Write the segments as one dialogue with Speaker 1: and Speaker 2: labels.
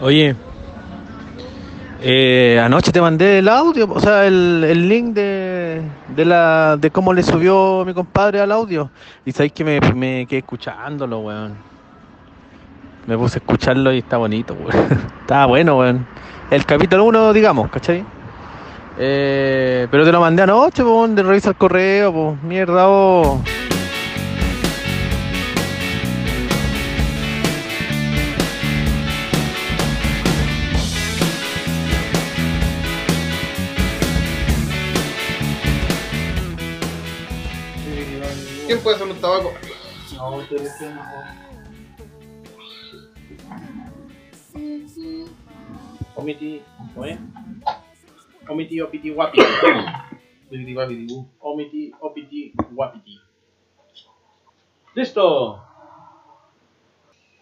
Speaker 1: Oye, eh, anoche te mandé el audio, o sea, el, el link de, de, la, de cómo le subió mi compadre al audio. Y sabéis que me, me quedé escuchándolo, weón. Me puse a escucharlo y está bonito, weón. Está bueno, weón. El capítulo 1, digamos, ¿cachai? Eh, pero te lo mandé anoche, pues, de revisa el correo, pues, mierda, oh.
Speaker 2: ¿Quién puede hacer un tabaco?
Speaker 3: No, ustedes tienen mejor. Omiti, ¿cómo es? Omiti, opiti, guapi.
Speaker 2: Bibidi babidi bu.
Speaker 3: Omiti, opiti, guapiti. ¡Listo!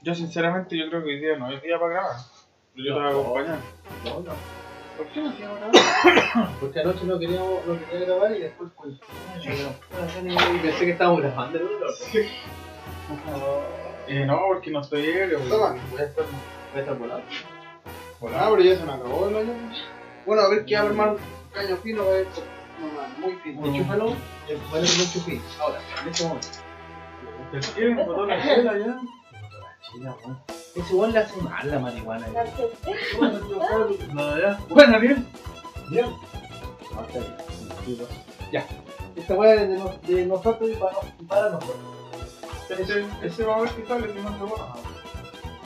Speaker 2: Yo sinceramente yo creo que hoy día no es día para grabar. Yo te voy a acompañar.
Speaker 3: No, no.
Speaker 2: ¿Por qué no se llama grabar?
Speaker 3: Porque anoche no queríamos, no quería grabar y después pues. Y pensé que estábamos grabando el otro.
Speaker 2: Eh, no, porque no estoy ebrio. güey.
Speaker 3: Toma, voy a estar, voy a estar volado.
Speaker 2: Ah, pero ya se me acabó el año.
Speaker 3: Bueno, a ver qué abre más caño fino va a esto. No, no, muy fino.
Speaker 2: Bueno.
Speaker 3: Chúpalo, el bueno que no chupé. Ahora, en este momento.
Speaker 2: ¿Te quieren botar la chela ya?
Speaker 3: Chila, weón. Ese weón le hace mal la marihuana. ¿eh?
Speaker 4: La
Speaker 3: weón.
Speaker 4: acepté.
Speaker 2: No, ya. Bueno, bien.
Speaker 3: Mira. No, está bien. Tranquilo. Ya. Esta weá es de, no- de nosotros y para, y para nosotros.
Speaker 2: Ese, ese va a ver qué sale si no se va.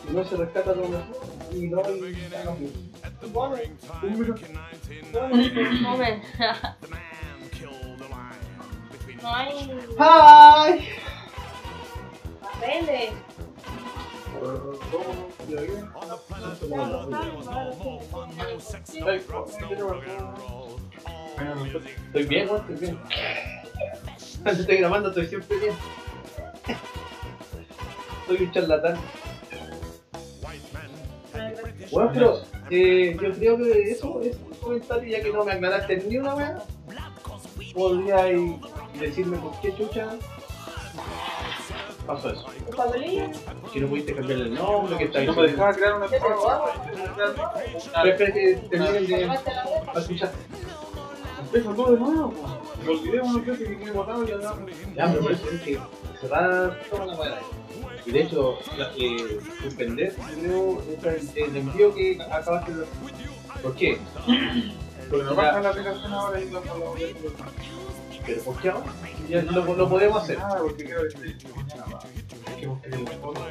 Speaker 3: Si no se rescata lo mejor y no y hagan bien.
Speaker 4: Un momento. No hay
Speaker 3: ¡Ay!
Speaker 4: papeles.
Speaker 3: Estoy bien, weón, estoy bien. Estoy grabando, estoy siempre bien. Soy un charlatán. Bueno, pero eh, yo creo que eso es un comentario, ya que no me aclaraste ni una weá, podría eh, decirme por qué chucha pasó eso.
Speaker 4: Un papelillo.
Speaker 3: Que no pudiste cambiarle el nombre, que está
Speaker 2: No
Speaker 3: bien.
Speaker 2: me dejaba crear una
Speaker 4: ¿Qué te
Speaker 2: prueba.
Speaker 3: Pero espera que terminen de
Speaker 4: Tómate la letra.
Speaker 3: a escuchar.
Speaker 2: Empieza todo de nuevo. güey. Me olvidé uno que que me botaba y andaba.
Speaker 3: Ya, pero por eso es que cerrar toda la weá. Y de hecho, la- eh, suspender creo, es el, el envío que acabaste de ¿Por qué?
Speaker 2: Pero no baja la aplicación ahora y no no lo voy a hacer.
Speaker 3: ¿Pero por qué ahora? Ya lo, lo podemos hacer.
Speaker 2: Ah, porque quiero decir. Es que vos querés la foto.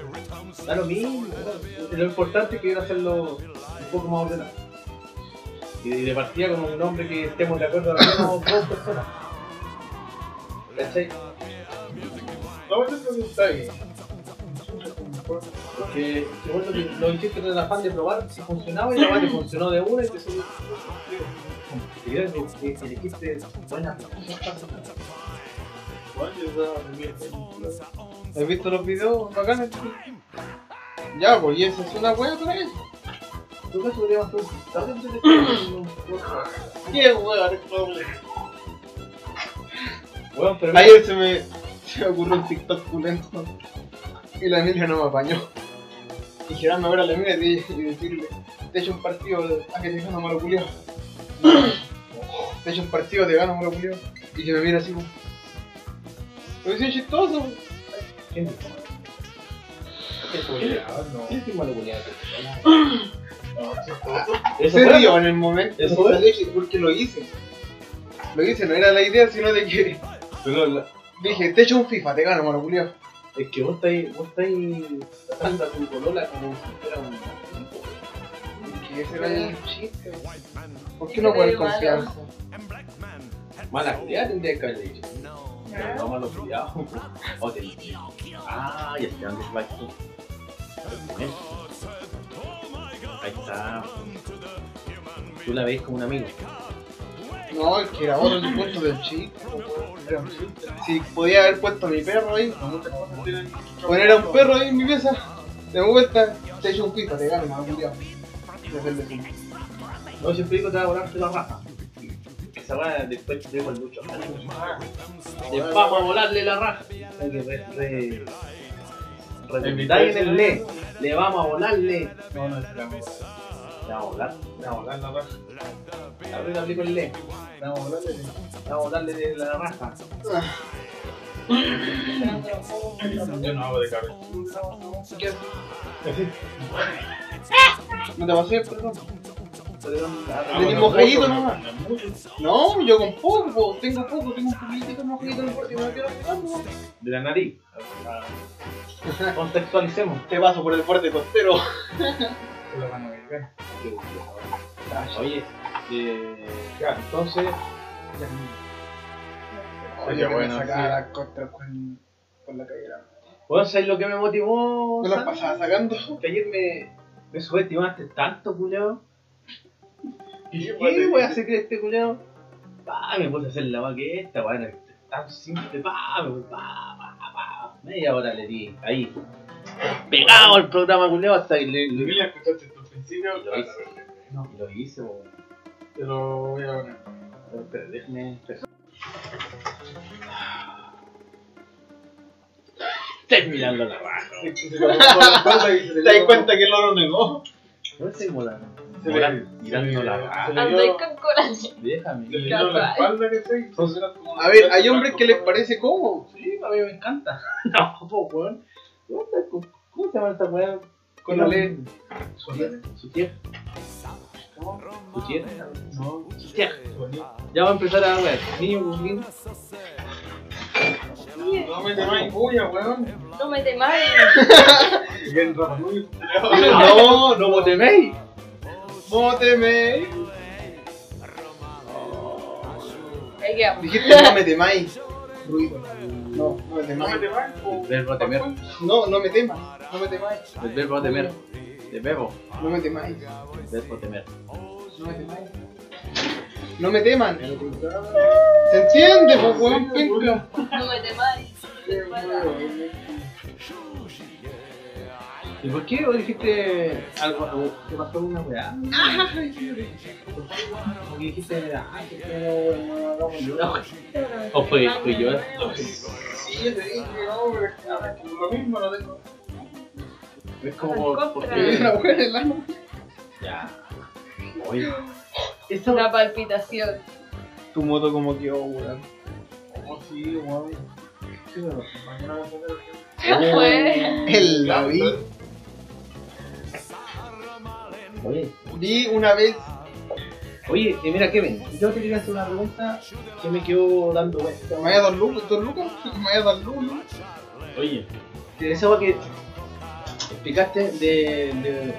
Speaker 3: Da lo mismo. ¿no? Lo importante es que era hacerlo un poco más ordenado. Y de partida con un nombre que estemos de acuerdo a las dos personas. ¿Cachai?
Speaker 2: No, yo creo que está bien.
Speaker 3: Porque si vos lo- lo hiciste con el afán de probar si funcionaba y la weá te funcionó de una y te salió. Y creo que que elegiste buenas
Speaker 2: ¿Has visto los videos bacanes? Ya, pues, y esa es una wea para ellos.
Speaker 3: ¿Tú crees que podríamos hacer un tarde de
Speaker 2: ¿Qué wea? eres pobre?
Speaker 3: Bueno, pero
Speaker 2: Ayer se me, se me ocurrió un TikTok culento y la Emilia no me apañó. Y girarme a ver a la Emilia y, y decirle: Te echo un partido, a que te gano malo culiao. Te echo un partido, te gano malo culiao. Y se me mira así como. Pero sí es chistoso.
Speaker 3: ¿Quién dijo? ¿Qué es No. ¿Qué es malo culiado?
Speaker 2: Se río en el momento.
Speaker 3: ¿Eso
Speaker 2: Eso
Speaker 3: fue?
Speaker 2: porque lo hice. Lo hice, no era la idea, sino de que
Speaker 3: Pero la-
Speaker 2: dije, te echo un FIFA, te gano, malo culiao.
Speaker 3: es que vos estáis, vos estáis tratando a tu polola como si fuera un tipo.
Speaker 2: Que ese era el chiste. ¿Por qué no puedes confianza?
Speaker 3: Mala culiada tendría que haberle dicho. No, no, malo culiado. O te Ah, ya sé dónde va esto. Ahí está. Tú la ves como un amigo.
Speaker 2: No, es que era otro el cuento del chiste. Era un chiste. Si podía haber puesto a mi perro ahí, poner a un perro ahí en mi pieza, de vuelta, te echo un FIFA, te gano, malo culiao. Y hacerle así.
Speaker 3: No, siempre digo te va a volar la raja. Esa va después te llevo el lucho. Te vamos a volarle la raja. Hay que re, re, La invitáis en el le. Le vamos a volar, le. No, no, esperamos. Le vamos a volar. Le vamos a volar la raja. Ahora le aplico el le. Le vamos a volar, le. Le vamos a volarle de la raja. Yo no hago de cabeza.
Speaker 2: ¿Qué? ¿No te va a hacer, perdón?
Speaker 3: Le dimos
Speaker 2: mojadito
Speaker 3: mojadito
Speaker 2: nomás.
Speaker 3: nomás.
Speaker 2: Ah, No, yo con poco, tengo poco, tengo un poquitito más poquito en el porte, no quiero hacer algo.
Speaker 3: De la nariz. Contextualicemos.
Speaker 2: Te paso por el fuerte costero.
Speaker 3: Oye, eh, ya, entonces.
Speaker 2: Oye,
Speaker 3: Oye, bueno,
Speaker 2: bueno,
Speaker 3: sí.
Speaker 2: sacar la contra con, con la cadera.
Speaker 3: Bueno, ¿sabes lo que me motivó?
Speaker 2: ¿No las
Speaker 3: Santi?
Speaker 2: pasaba sacando?
Speaker 3: Que ayer me, me subestimaste tanto, culiao.
Speaker 2: Sí,
Speaker 3: ¿Qué
Speaker 2: pues,
Speaker 3: voy a hacer que este culiao? Pa, me puse a hacer la vaqueta, bueno, tan simple, pa, me puse, pa, pa, pa. Media hora le di, ahí. Pegado al programa, culiao, hasta que le, le-
Speaker 2: la escuchaste en tu principio?
Speaker 3: Lo hice. y lo hice, weón.
Speaker 2: Te lo voy a poner.
Speaker 3: Pero déjame empezar. Terminando la raja, weón.
Speaker 2: ¿Te das cuenta que el oro negó?
Speaker 3: No estoy morando.
Speaker 2: Se
Speaker 3: Morando,
Speaker 2: le-
Speaker 3: tirando la raja.
Speaker 4: Ando ahí con coraje.
Speaker 3: Déjame.
Speaker 4: le dio la
Speaker 3: espalda que
Speaker 2: A ver, hay hombres que les parece cómodo.
Speaker 3: Sí, a mí me encanta. No, po, weón. ¿Cómo se- ¿Cómo se llama esta weá?
Speaker 2: Con la ley.
Speaker 3: Su tía. ¿Su tía? No. Su tía. Ya va a empezar a ver. Niño Guzmín.
Speaker 2: No me temáis bulla, weón.
Speaker 4: No me temáis.
Speaker 3: No, no vos teméis.
Speaker 2: Móteme.
Speaker 4: Ahí quedamos.
Speaker 2: Dijiste no me temáis. Ruido. No, no me temáis.
Speaker 3: El verbo temer.
Speaker 2: No, no me temas. No me temáis.
Speaker 3: El verbo temer. De bebo.
Speaker 2: No me temáis.
Speaker 3: El verbo temer.
Speaker 2: No me temáis. No me teman. ¿Se entiende, pues, weón? Penca.
Speaker 4: No me temáis.
Speaker 3: ¿Y por qué vos dijiste algo? ¿Te pasó una weá? Porque dijiste, ah, que quiero, no hagamos nada. ¿O fue, fue yo?
Speaker 2: Sí, yo te dije, no, pero ahora que lo mismo no tengo.
Speaker 3: Es como,
Speaker 4: Al
Speaker 3: ¿por
Speaker 2: Te di
Speaker 4: contrario.
Speaker 3: qué?
Speaker 2: una buena en el ano.
Speaker 3: Ya. Oye. Esta
Speaker 4: Una palpitación.
Speaker 2: Tu moto como que, oh, weón. Oh, sí, weón. Oh.
Speaker 4: Fue.
Speaker 2: El David.
Speaker 3: Oye,
Speaker 2: Vi una vez.
Speaker 3: oye, eh, mira Kevin, yo te quería hacer una pregunta que me quedó dando vueltas.
Speaker 2: ¿Me voy a dar lucas? ¿Dos lucas? ¿Me voy a dar lucas?
Speaker 3: Oye, de esa agua que explicaste de, de, de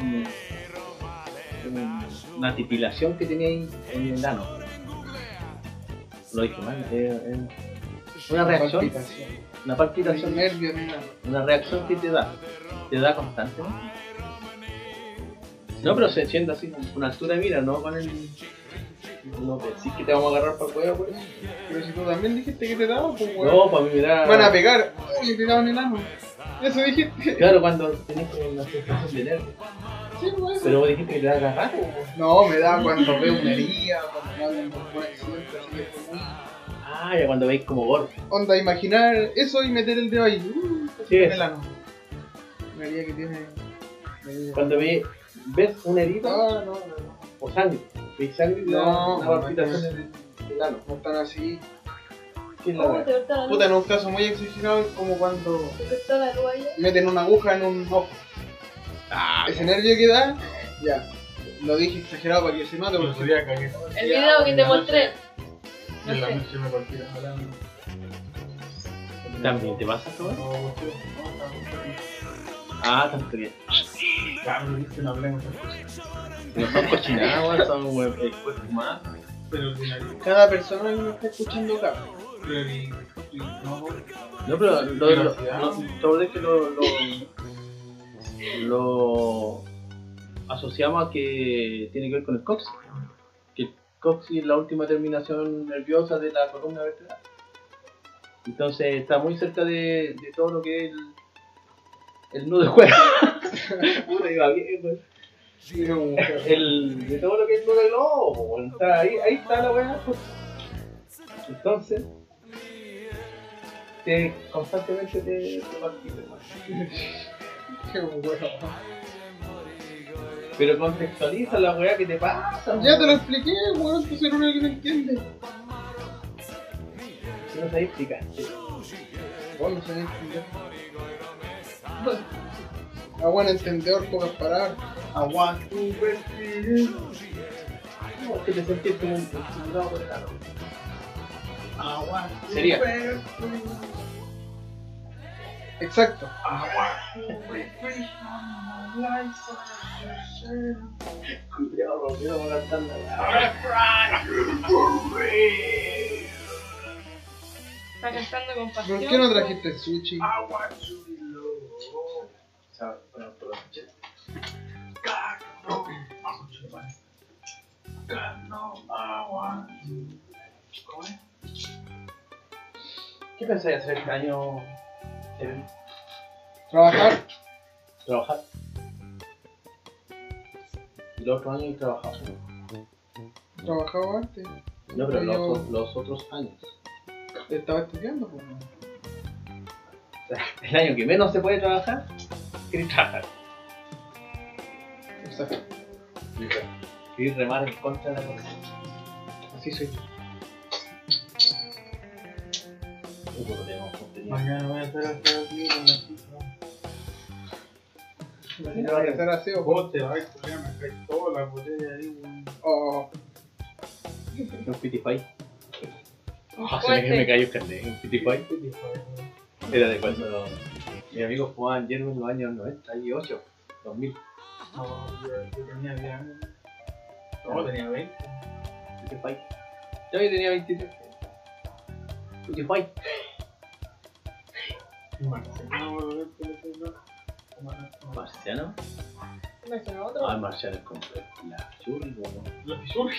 Speaker 3: un- de un- una titilación que tenía ahí en el ano. Lo dije mal. eh, eh, una reacción,
Speaker 2: Palpitación.
Speaker 3: una
Speaker 2: Palpitación,
Speaker 3: palpitación,
Speaker 2: nervio, nena.
Speaker 3: una reacción que te da, te da constantemente. No, pero se siente así, con una altura de mira, no con el. No decís que te vamos a agarrar para el cuello, pues.
Speaker 2: Pero si tú también dijiste que te daba, pues, weón.
Speaker 3: No, para mí me da.
Speaker 2: Van a pegar. Uy, te daban el ano. Eso dijiste.
Speaker 3: Claro, cuando tenés como una sensación de nervio.
Speaker 2: Sí, weón.
Speaker 3: Pero vos dijiste que te da agarrar, po.
Speaker 2: No, me da cuando veo una herida, cuando me hablan con buena accidente, así que fue muy-
Speaker 3: Ah, ya cuando veis como gordo.
Speaker 2: Onda, imaginar eso y meter el dedo ahí. Uh,
Speaker 3: Sí,
Speaker 2: en
Speaker 3: es.
Speaker 2: el ano. Una herida que tiene. una herida.
Speaker 3: Cuando ve, ves una herida
Speaker 2: Ah, No, no, no, no.
Speaker 3: o sangre. Veis sangre y te da
Speaker 2: No,
Speaker 3: una
Speaker 2: no,
Speaker 3: palpitación
Speaker 2: no.
Speaker 3: en el- el ano.
Speaker 2: No están así.
Speaker 3: ¿Qué es la
Speaker 4: Oh,
Speaker 3: weá?
Speaker 4: te cortó la
Speaker 2: Puta,
Speaker 4: luz.
Speaker 2: en un caso muy exagerado es como cuando
Speaker 4: Te cortó la luz ayer.
Speaker 2: meten una aguja en un ojo. Ese nervio que da, ya. Lo dije exagerado para que se mate, porque sería cagueta.
Speaker 4: El video que te mostré. No
Speaker 2: En la
Speaker 4: sé.
Speaker 2: noche me partía hablando.
Speaker 3: ¿También te pasa eso? weá?
Speaker 2: No, tío,
Speaker 3: Ah, tanto bien.
Speaker 2: no, cabrón, viste, no hablemos de esas cosas.
Speaker 3: No son cochinadas, weón, son weón, eh, pues, fumadas.
Speaker 2: Cada persona que me está escuchando acá.
Speaker 3: No, pero lo, lo, lo, todo es que lo, lo, lo asociamos a que tiene que ver con el coxis. Que el coxis es la última terminación nerviosa de la columna vertebral. Entonces está muy cerca de, de todo lo que es el, el nudo de juego. Puta, iba bien, güey. El, de todo lo que es el nudo de globo. güey. Está ahí, ahí está la weá. pues. Entonces, te, constantemente te, te partís, weón.
Speaker 2: Qué huevo.
Speaker 3: Pero contextualiza la weá que te pasa,
Speaker 2: Ya te
Speaker 3: weón.
Speaker 2: lo expliqué, weón, tú eres uno que me entiende.
Speaker 3: Si no sabes explicar.
Speaker 2: Vos no sabés entender. A buen entendedor, pocas palabras.
Speaker 3: I want to rescue No, es que te sentís como un estimulado por el arroz. I want to
Speaker 2: Sería.
Speaker 3: rescue you.
Speaker 2: Exacto.
Speaker 3: I want to refresh my life from yourself. Cuidado, Romeo, va a cantar la-
Speaker 4: Está cantando con pasión.
Speaker 2: ¿Por qué no trajiste sushi?
Speaker 3: I want to be loved. O sea, bueno, por la noche. God, no, God, no, I want to- ¿Cómo es? ¿Qué pensáis hacer este año? Kevin?
Speaker 2: Trabajar.
Speaker 3: Trabajar. Y los otros años he trabajado.
Speaker 2: Trabajaba antes.
Speaker 3: No, pero
Speaker 2: Yo-
Speaker 3: los, los otros años.
Speaker 2: Estaba estudiando, pues. weón.
Speaker 3: El año que menos se puede trabajar, querés trabajar.
Speaker 2: Exacto.
Speaker 3: Querés remar en contra de la cosa.
Speaker 2: Así soy.
Speaker 3: Uy, porque tenemos contenido.
Speaker 2: Mañana voy a estar hasta las mil en la cita. Mañana voy a estar así, o vos te vas a estudiar, me caes toda la botella ahí, weón. Oh,
Speaker 3: Un pitify. Ah, se
Speaker 4: Fuerte.
Speaker 3: me, me cayó el carnet. Un pitify. Era de cuando mis amigos jugaban hierba en los años 98, 2000.
Speaker 2: no, yo, yo tenía bien.
Speaker 3: No,
Speaker 2: tenía 20.
Speaker 3: Pitify. Yo ya tenía 23. Pitify.
Speaker 2: Marcelino, weón, que le tengo. Marcelino.
Speaker 3: Marciano.
Speaker 4: ¿Me suena otro?
Speaker 3: Ah, Marciano es como la churro, ¿no?
Speaker 2: Lo que surge.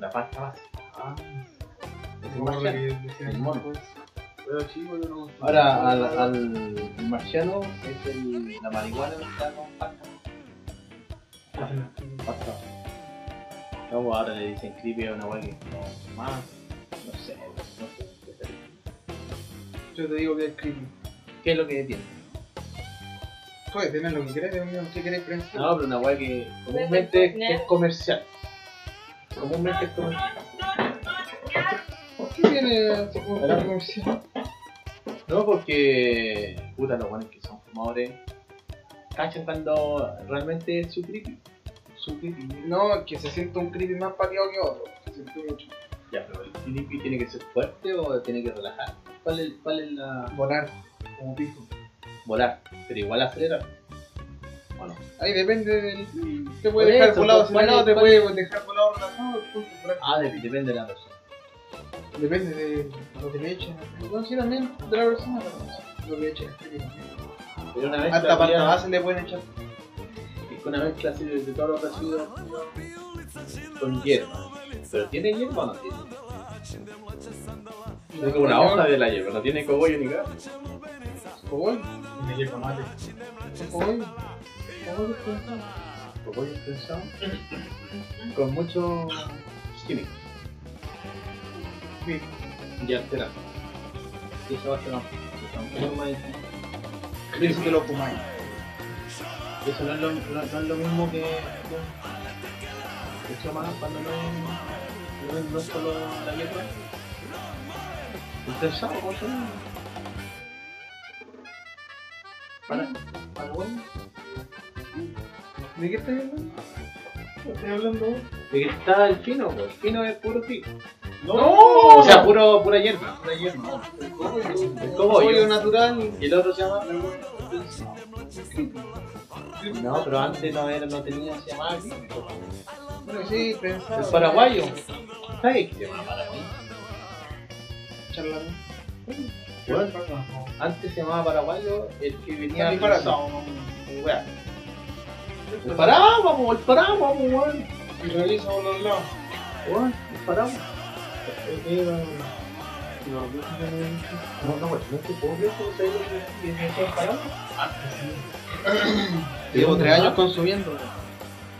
Speaker 3: La pasta base.
Speaker 2: Ah,
Speaker 3: Es
Speaker 2: me acuerdo que
Speaker 3: Marciano.
Speaker 2: decía
Speaker 3: El
Speaker 2: el
Speaker 3: mono.
Speaker 2: mono. Pero chico, yo no.
Speaker 3: Ahora al, al el marciano es el, la marihuana que está con pasta. Pasta base. No, pues ahora le dicen creepy a una weá que no más. No sé, no sé. qué será.
Speaker 2: Yo te digo que es creepy.
Speaker 3: ¿Qué es lo que tiene?
Speaker 2: Puedes tener pues, lo que querés, Dios mío, ¿qué querés pensar?
Speaker 3: No, pero una weá que comúnmente es, es comercial. Comúnmente es comercial.
Speaker 2: ¿Qué tiene así como
Speaker 3: Era-
Speaker 2: comercial?
Speaker 3: No, porque. Puta, los buenos que son fumadores. Cachan cuando realmente es su creepy. Su creepy.
Speaker 2: No, que se siente un creepy más pateado que otro. Se siente mucho.
Speaker 3: Ya, pero el creepy tiene que ser fuerte o tiene que relajar. ¿Cuál es, cuál es la.
Speaker 2: Volar, como pico.
Speaker 3: volar? Pero igual acelerar. Bueno,
Speaker 2: Ahí depende del. Te
Speaker 3: Por
Speaker 2: puede dejar
Speaker 3: eso,
Speaker 2: volado
Speaker 3: pues, ¿cuál
Speaker 2: acelerado,
Speaker 3: es-
Speaker 2: te
Speaker 3: cuál
Speaker 2: puede dejar volado relajado, punto, por ahí.
Speaker 3: ah, dep- depende de la persona.
Speaker 2: Depende de lo que le echen. Bueno, sí, también de la persona, pero lo que le echen. es creepy.
Speaker 3: Pero una vez
Speaker 2: Hasta pasta base le pueden echar.
Speaker 3: Es una mezcla así de de todos los residuos con hierba. Pero tiene hierba o no tiene. Es como una hoja de la hierba, no tiene cogollo ni nada.
Speaker 2: Cogol. Me lleva mate. Cogol. Cogol pensado.
Speaker 3: Cogollo prensado con mucho químico
Speaker 2: Sí.
Speaker 3: y alterante. Y eso va a ser un que sea un poco más intenso.
Speaker 2: Y eso te lo fumáis.
Speaker 3: Y Eso no es lo, no, no es lo mismo que. que hecho más cuando no es, no es, no es solo la hierba. El prensado, ¿cómo se llama? Para, para bueno.
Speaker 2: ¿De qué estás hablando? Estoy hablando vos.
Speaker 3: ¿De qué está el fino? po? El pues, fino es puro pico.
Speaker 2: ¡No!
Speaker 3: O sea, puro, pura hierba, pura hierba.
Speaker 2: el
Speaker 3: cogollo.
Speaker 2: cogollo natural.
Speaker 3: Y el otro se llama. No, pero antes no, era, no tenía, se llamaba pico.
Speaker 2: Bueno, sí, pensaba.
Speaker 3: El paraguayo. ¿Sabes qué se llama paraguayo?
Speaker 2: Charlatán.
Speaker 3: Bueno, antes se llamaba paraguayo el que venía
Speaker 2: El
Speaker 3: disfrazado,
Speaker 2: Este,
Speaker 3: un weá. El paraguas, po, el paraguas, po, weón.
Speaker 2: Y realiza por los lados.
Speaker 3: Weón, el paraguas. No, no, weón, no te puedo creer que no sabía lo que- que decía el paraguas.
Speaker 2: Llevo tres años
Speaker 3: consumiendo.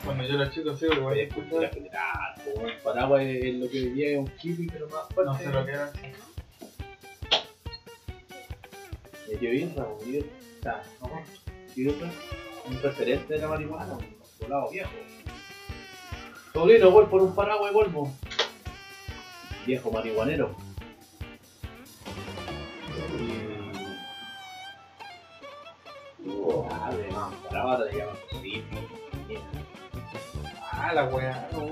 Speaker 2: Cuando yo era chico, sí, lo voy a escuchar.
Speaker 3: El paraguas es es lo que vivía es un kiwi, pero más fuerte.
Speaker 2: No sé lo que era.
Speaker 5: de yo irra, o ir- o sea, no, yo irra, un referente de la marihuana, un volado viejo. Sobrino, voy por un paraguas y vuelvo. Viejo marihuanero. Y... Oh, Madre, man, paraba de llamar
Speaker 2: Ah, la weá. no.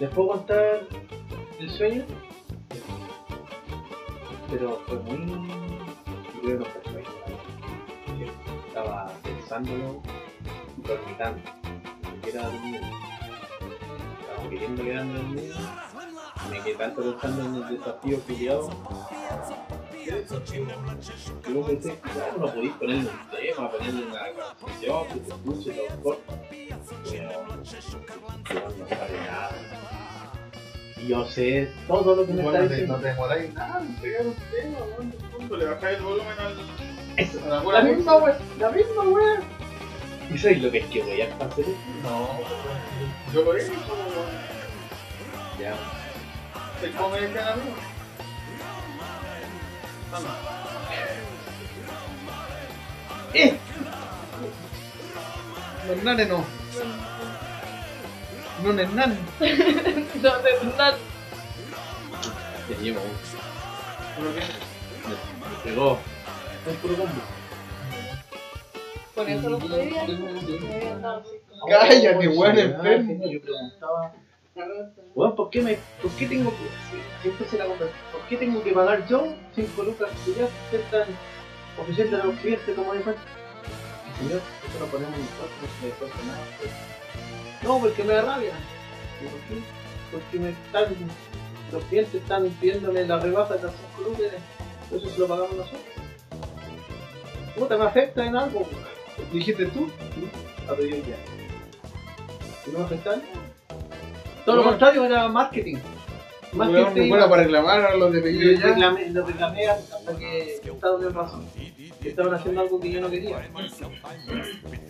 Speaker 5: ¿Les puedo contar el sueño? Pero fue muy... Yo creo que no fue sueño. Yo Estaba pensándolo y dormitando. Ni siquiera dormido. Estaba queriendo quedarme dormido. Me quedé tanto pensando en el desafío pillado. Yo pensé, claro, no podéis ponerle un tema, ponerle una canción, que se escuche, lo mejor. Pero... yo no sabe nada. Y Yo sé todo lo que me
Speaker 2: Bueno, te-
Speaker 5: está diciendo.
Speaker 2: no te demoráis nada en pegar un tema, weón. de fondo, Le bajáis el volumen al.
Speaker 5: Eso,
Speaker 2: a la
Speaker 5: La
Speaker 2: pura
Speaker 5: misma
Speaker 2: música.
Speaker 5: wea, la misma wea. ¿Y sabéis lo que es que wea para hacer esto?
Speaker 2: No, weón. Yo lo he hecho, weón.
Speaker 5: Ya.
Speaker 2: Se come el amigo.
Speaker 5: ¡Eh!
Speaker 2: Los nanes no. No, nan.
Speaker 4: No, de verdad.
Speaker 5: Ya llevo un.
Speaker 2: ¿Pero qué?
Speaker 5: Me, me pegó. Es puro combo.
Speaker 4: Por eso lo pedía.
Speaker 2: Cállate,
Speaker 5: Oh,
Speaker 2: weón,
Speaker 5: sí,
Speaker 2: enfermo.
Speaker 5: ah, Yo preguntaba, weón, ¿por qué me. ¿Por qué tengo que. Siempre se la conversación. ¿Por qué tengo que pagar yo 5 lucas que ya se están ofreciendo a los clientes como de parte? Señor, esto lo ponemos en el cuarto, no se me cuesta nada. No, porque me da rabia. ¿Y ¿Por qué? Porque me están. Los clientes están pidiéndome la rebaja de las 5 lucas, entonces se lo pagamos nosotros. Puta, me afecta en algo, weón.
Speaker 2: ¿Dijiste tú?
Speaker 5: A pedido ya. ¿Y no me afectaron? Todo lo contrario, era marketing.
Speaker 2: Weón,
Speaker 5: Marketing.
Speaker 2: muy buena para reclamar a los de
Speaker 5: y
Speaker 2: pedido
Speaker 5: lo
Speaker 2: ya.
Speaker 5: reclamé, lo reclamé hasta que estaban en razón. Que estaban haciendo algo que yo no quería.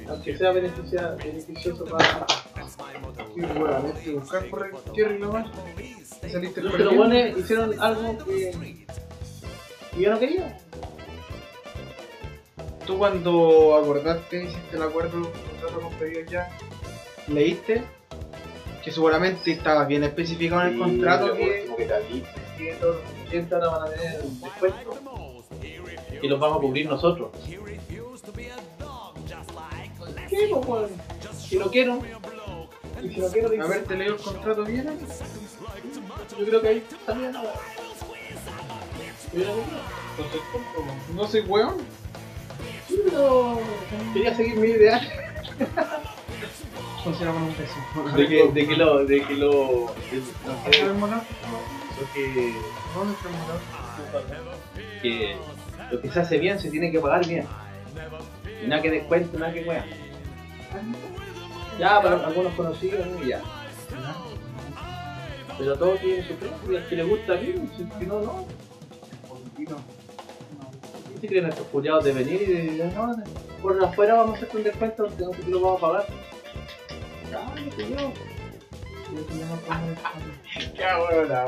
Speaker 5: Aunque sea beneficia- beneficioso para.
Speaker 2: Sí, weón, hay que buscar por el- qué reclamar. Y Saliste
Speaker 5: Los que los
Speaker 2: perdiendo.
Speaker 5: buenos hicieron algo que. que yo no quería.
Speaker 2: Tú cuando acordaste, hiciste el acuerdo, el contrato con pedido ya, leíste que seguramente estaba bien especificado en el contrato que,
Speaker 5: que
Speaker 2: que los clientes ahora van a tener un descuento.
Speaker 5: Y los vamos a cubrir nosotros. ¿Qué, po, weón? pues, Si lo quiero. Y si lo quiero, dice-
Speaker 2: Haberte leído el contrato bien. ahí.
Speaker 5: Yo creo que ahí también no. Hubiera comprado.
Speaker 2: Entonces, ¿cómo? No soy weón.
Speaker 5: Sí, pero Quería seguir mi idea.
Speaker 2: Funciona con un peso.
Speaker 5: De que, de que lo. De que
Speaker 2: ¿Dónde
Speaker 5: lo. No
Speaker 2: está
Speaker 5: sé,
Speaker 2: el mono?
Speaker 5: creo que.
Speaker 2: ¿Dónde está el mono?
Speaker 5: que Lo que se hace bien se tiene que pagar bien. Y nada que descuento, nada que wea. Ya, para algunos conocidos, ¿no? Y ya. Pero a todos tienen su precio, y al que le gusta bien, si si no, no. ¿Qué se creen estos culiados de venir y de de- no, de- por afuera vamos a hacer un descuento porque no sé si lo vamos a pagar? Ya, no sé yo.
Speaker 2: Qué ahora,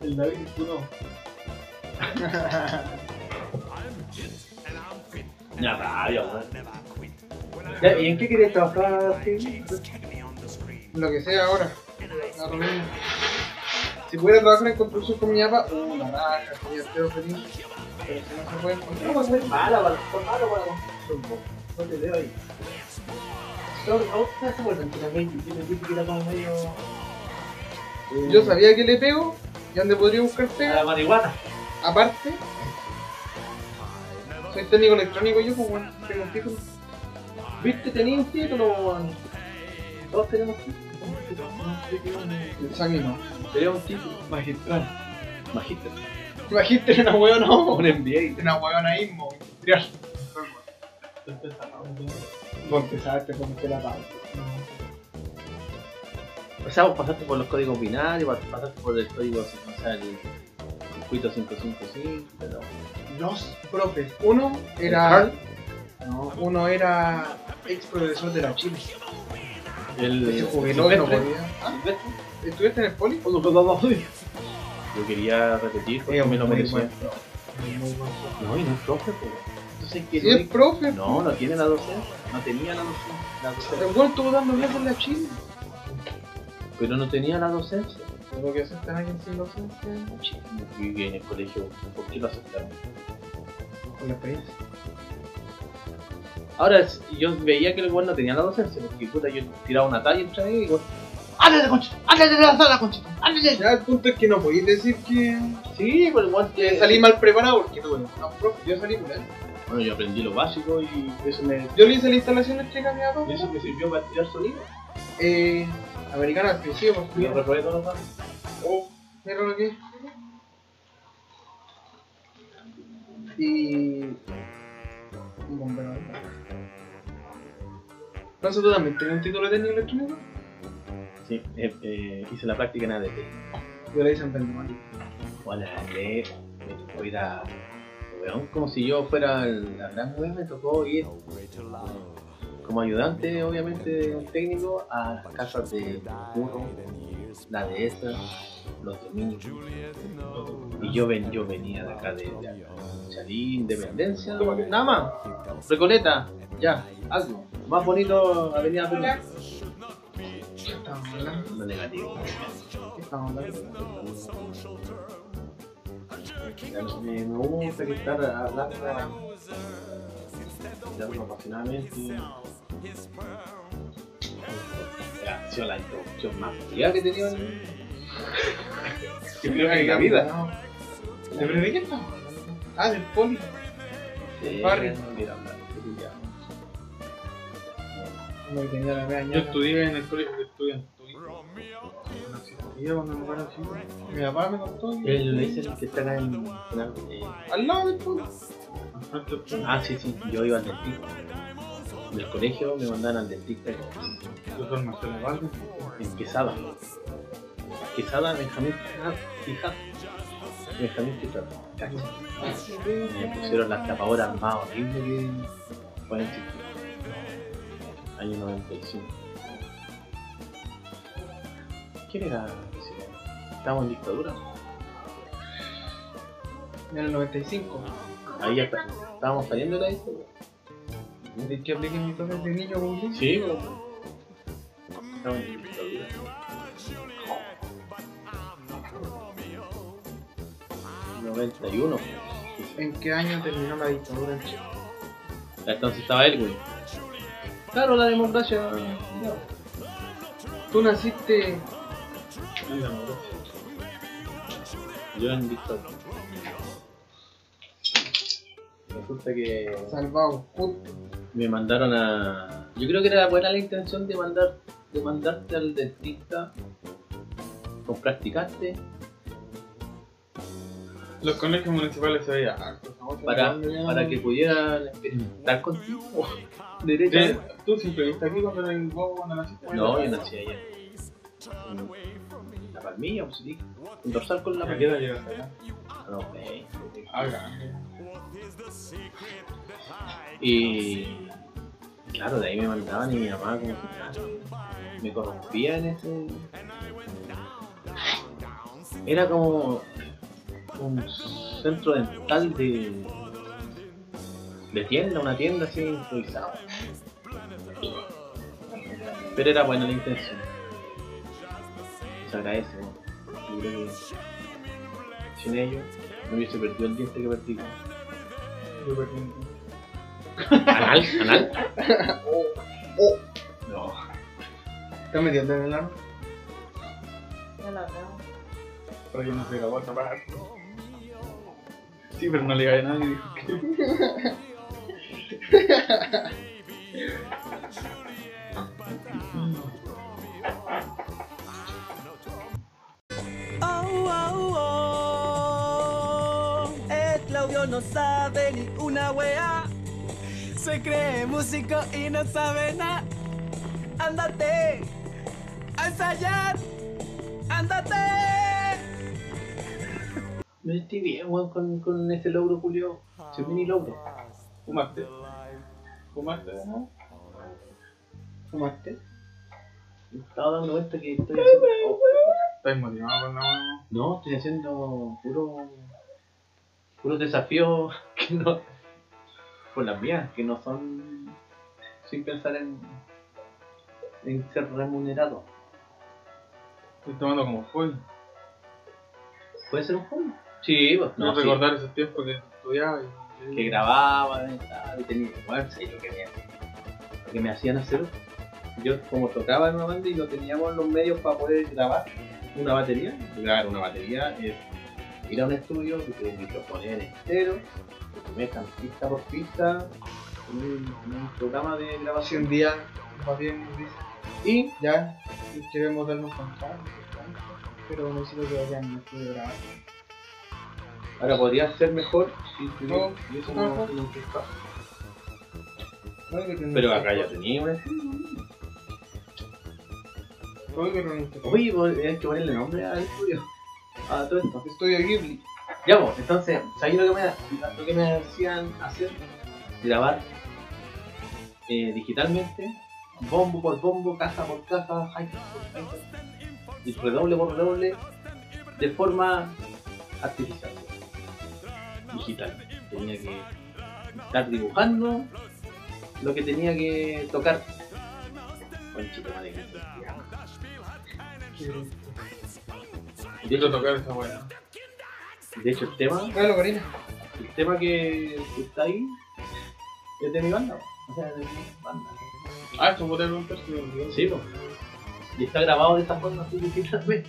Speaker 2: el David, tú no.
Speaker 5: Ya, rabia, weón. Ya, ¿Y en qué querés trabajar? Tim?
Speaker 2: Lo que sea ahora. Da lo mismo. Si pudiera trabajar en construcción con mi papá, uh, la raja, yo estoy feliz. Pero si no se puede encontrar,
Speaker 5: No, soy mala, para soy mala para construcción, po. No te veo ahí. Sobre- ¿a ustedes se acuerdan que la Baby tiene tipo que era como medio. eh,
Speaker 2: Yo sabía que le pego y donde podría buscar
Speaker 5: A la
Speaker 2: pega.
Speaker 5: marihuana.
Speaker 2: Aparte, soy técnico electrónico yo, pues bueno, tengo un título.
Speaker 5: ¿Viste? Tenía un título, weón. Todos tenemos título.
Speaker 2: El Sami no.
Speaker 5: Tenía un título.
Speaker 2: Magistral.
Speaker 5: Magíster.
Speaker 2: Magistral, una hueá no.
Speaker 5: Un MBA.
Speaker 2: Una huevona ismo, industrial. Vos empezaste con este la pauta.
Speaker 5: O sea, vos pasaste por los códigos binarios, pasaste por el código, o sea, el circuito 555, pero...
Speaker 2: Los profes. Uno era.
Speaker 5: Carl.
Speaker 2: No, uno era ex profesor de la Chile.
Speaker 5: El...
Speaker 2: Que se jubiló y no
Speaker 5: Silvestre.
Speaker 2: podía. Ah, ¿Estuviste en el poli?
Speaker 5: Yo quería repetir porque
Speaker 2: Eh,
Speaker 5: me lo
Speaker 2: muy
Speaker 5: merecía.
Speaker 2: bueno. Muy muy buen profe.
Speaker 6: No, y no es profe, pues. Entonces, que
Speaker 2: Sí, es profe.
Speaker 6: No, no tiene la docencia. No tenía la docencia. La docencia.
Speaker 2: El weón estuvo dando clases en la Chile.
Speaker 6: Pero no tenía la docencia.
Speaker 2: Lo que aceptan aquí en sin docencia en la Chile.
Speaker 6: Y en el colegio, ¿por qué lo aceptaron?
Speaker 2: Con la experiencia.
Speaker 6: Ahora, s- yo veía que el weón no tenía la docencia, porque puta, yo tiraba una talla entre ahí y weón. ¡Ándale, concha! ¡Ándale de la sala, concha! ¡Ándale!
Speaker 2: Ya, el punto es que no podéis decir que,
Speaker 6: Sí, pero el weón
Speaker 2: que
Speaker 6: que
Speaker 2: salí mal preparado porque no, no, profe, yo salí mal.
Speaker 6: Bueno, yo aprendí lo básico y eso me,
Speaker 2: Yo le hice la instalación eléctrica a mi papá.
Speaker 6: eso me sirvió para tirar sonido.
Speaker 2: Eh, americana, al principio, por
Speaker 6: Y yo
Speaker 2: favor.
Speaker 6: reparé todos los básicos.
Speaker 2: Oh, mira lo que es. Y. Un bombero. No sé, tú también tenías un título de técnico electrónico.
Speaker 6: Sí, eh, eh, hice la práctica en ADT.
Speaker 2: Yo le hice en Vendemático.
Speaker 6: Hola, le me tocó ir a. weón, como si yo fuera el- la gran web, me tocó ir como ayudante, obviamente, de un técnico a las casas de Burro, la dehesa, los dominios. Y yo, ven, yo venía de acá de, de Chalí, Independencia, nada más, Recoleta, ya, algo. Más bonito, Avenida Perú.
Speaker 2: ¿Qué estamos hablando?
Speaker 6: No negativo.
Speaker 2: ¿Qué estamos hablando?
Speaker 6: Me, me hubo que estar hablando ya apasionadamente. Ha sido la introducción más fría que he tenido en yo creo que en la vida.
Speaker 2: No. ¿De verdad de qué estamos hablando? Ah, del poli.
Speaker 6: Eh,
Speaker 2: Barry.
Speaker 6: no quiero hablar, yo ya.
Speaker 2: No, que tenía la
Speaker 7: Yo
Speaker 2: reaña.
Speaker 7: estudié en el colegio de estudiantes.
Speaker 2: No existía cuando me paró así. Mi papá me contó. que-
Speaker 6: El Leicester que está acá en. en- eh,
Speaker 2: Al lado del poli.
Speaker 6: ah, sí, sí, yo iba al dentista. Del colegio me mandaban al dentista
Speaker 7: Yo soy Marcelo Valdés.
Speaker 6: en Quesada. Quesada, Benjamín Quijada. Benjamín Quijada. Cacha. me pusieron las tapaboras más horribles que pueden existir. Año 95. ¿Quién era ese? weón? ¿Estábamos en dictadura?
Speaker 2: En el 95.
Speaker 6: Ahí ya está- estábamos saliendo de la dictadura.
Speaker 2: ¿De que apliquen mis toques de niño, güey?
Speaker 6: Sí, weón. Estábamos en dictadura. ¿91?
Speaker 2: ¿En qué año terminó la dictadura en Chile?
Speaker 6: Entonces estaba él, güey. Claro, la democracia. no.
Speaker 2: Tú naciste.
Speaker 6: Yo en dictadura. Resulta que
Speaker 2: Salvado, justo.
Speaker 6: me mandaron a. Yo creo que era buena la intención de mandar de mandarte al dentista con practicarte
Speaker 7: Los colegios municipales se veían hartos.
Speaker 6: para, para que pudieran experimentar contigo.
Speaker 7: Eh,
Speaker 6: Derecho.
Speaker 7: ¿Tú siempre viste aquí cuando eras vos cuando naciste?
Speaker 6: No, yo nací allá. En La palmilla, pues sí. Un dorsal con la
Speaker 7: ¿A qué edad
Speaker 6: palmilla.
Speaker 7: llegaste allá?
Speaker 6: No, eh.
Speaker 7: Ah, grande.
Speaker 6: Y claro, de ahí me mandaban y mi mamá como que ah, me corrompía en ese. Era como un centro dental de. de tienda, una tienda así improvisada. Pero era buena la intención. Se agradece, ¿no? Yo creo que sin ellos me hubiese perdido el diente que perdí.
Speaker 2: Yo perdí un tiempo.
Speaker 6: ¿Anal? ¿Anal? Oh. No.
Speaker 2: ¿Te metiendo en el arma?
Speaker 4: Ya la hablamos.
Speaker 7: Para que no se acabó a tapar. Sí, pero no le gané a nadie. dijo que-
Speaker 3: Oh, oh, oh. Eh, Claudio no sabe ni una wea. Se cree músico y no sabe nada. Ándate a ensayar. Ándate.
Speaker 6: Me sentí bien, eh, weón, con, con ese logro, Julio. Ese mini logro.
Speaker 7: Fumaste. Fumaste, ¿no?
Speaker 2: ¿Fumaste?
Speaker 6: Me estaba dando cuenta que estoy haciendo. oh,
Speaker 7: Estás motivado con la mano.
Speaker 6: no, estoy haciendo puro. unos desafíos que no. Por las mías, que no son. sin pensar en. en ser remunerado.
Speaker 7: Estoy tomando como hobby.
Speaker 6: ¿Puede ser un hobby? Sí, pues
Speaker 7: No,
Speaker 6: no. sí.
Speaker 7: recordar esos tiempos que estudiaba y.
Speaker 6: que grababan y tal, y tenía bueno, sé lo que me, lo que me hacían hacer. Yo como tocaba en una banda y no teníamos los medios para poder grabar una batería. Grabar una batería es ir a un estudio que tiene un micrófono en estero, que te metan pista por pista, un, un programa de
Speaker 2: Si
Speaker 6: grabación.
Speaker 2: un día nos va bien, nos dice,
Speaker 6: Y
Speaker 2: ya, debemos darnos contacto, pero necesito que vayan al estudio a grabar.
Speaker 6: ahora podría ser mejor si tuviera-
Speaker 2: No,
Speaker 6: y eso
Speaker 2: no,
Speaker 6: no-
Speaker 2: no.
Speaker 6: no existe.
Speaker 2: Puede que tenga
Speaker 6: Pero
Speaker 2: un
Speaker 6: acá ya
Speaker 2: contacto,
Speaker 6: tenía un estudio.
Speaker 2: puede que no necesite.
Speaker 6: Oye, pues, hay que ponerle nombre al estudio. A todo esto.
Speaker 2: Estudio Ghibli.
Speaker 6: Ya, pues, entonces, ¿sabes lo que me, lo que me hacían hacer? Grabar eh, digitalmente, bombo por bombo, caja por caja, hi-hat por hi-hat, y redoble por redoble, de forma artificial, digital. Tenía que estar dibujando lo que tenía que tocar. Conchita madre, que se llama. De
Speaker 7: Quiero
Speaker 6: hecho,
Speaker 7: tocar esa weá.
Speaker 6: de hecho, el tema
Speaker 2: Dale, Karina.
Speaker 6: el tema que está ahí es de mi banda, o sea, de mi banda.
Speaker 7: Ah, esto puede preguntar si me olvidó.
Speaker 6: Sí, po. Y está grabado de esa forma así digitalmente.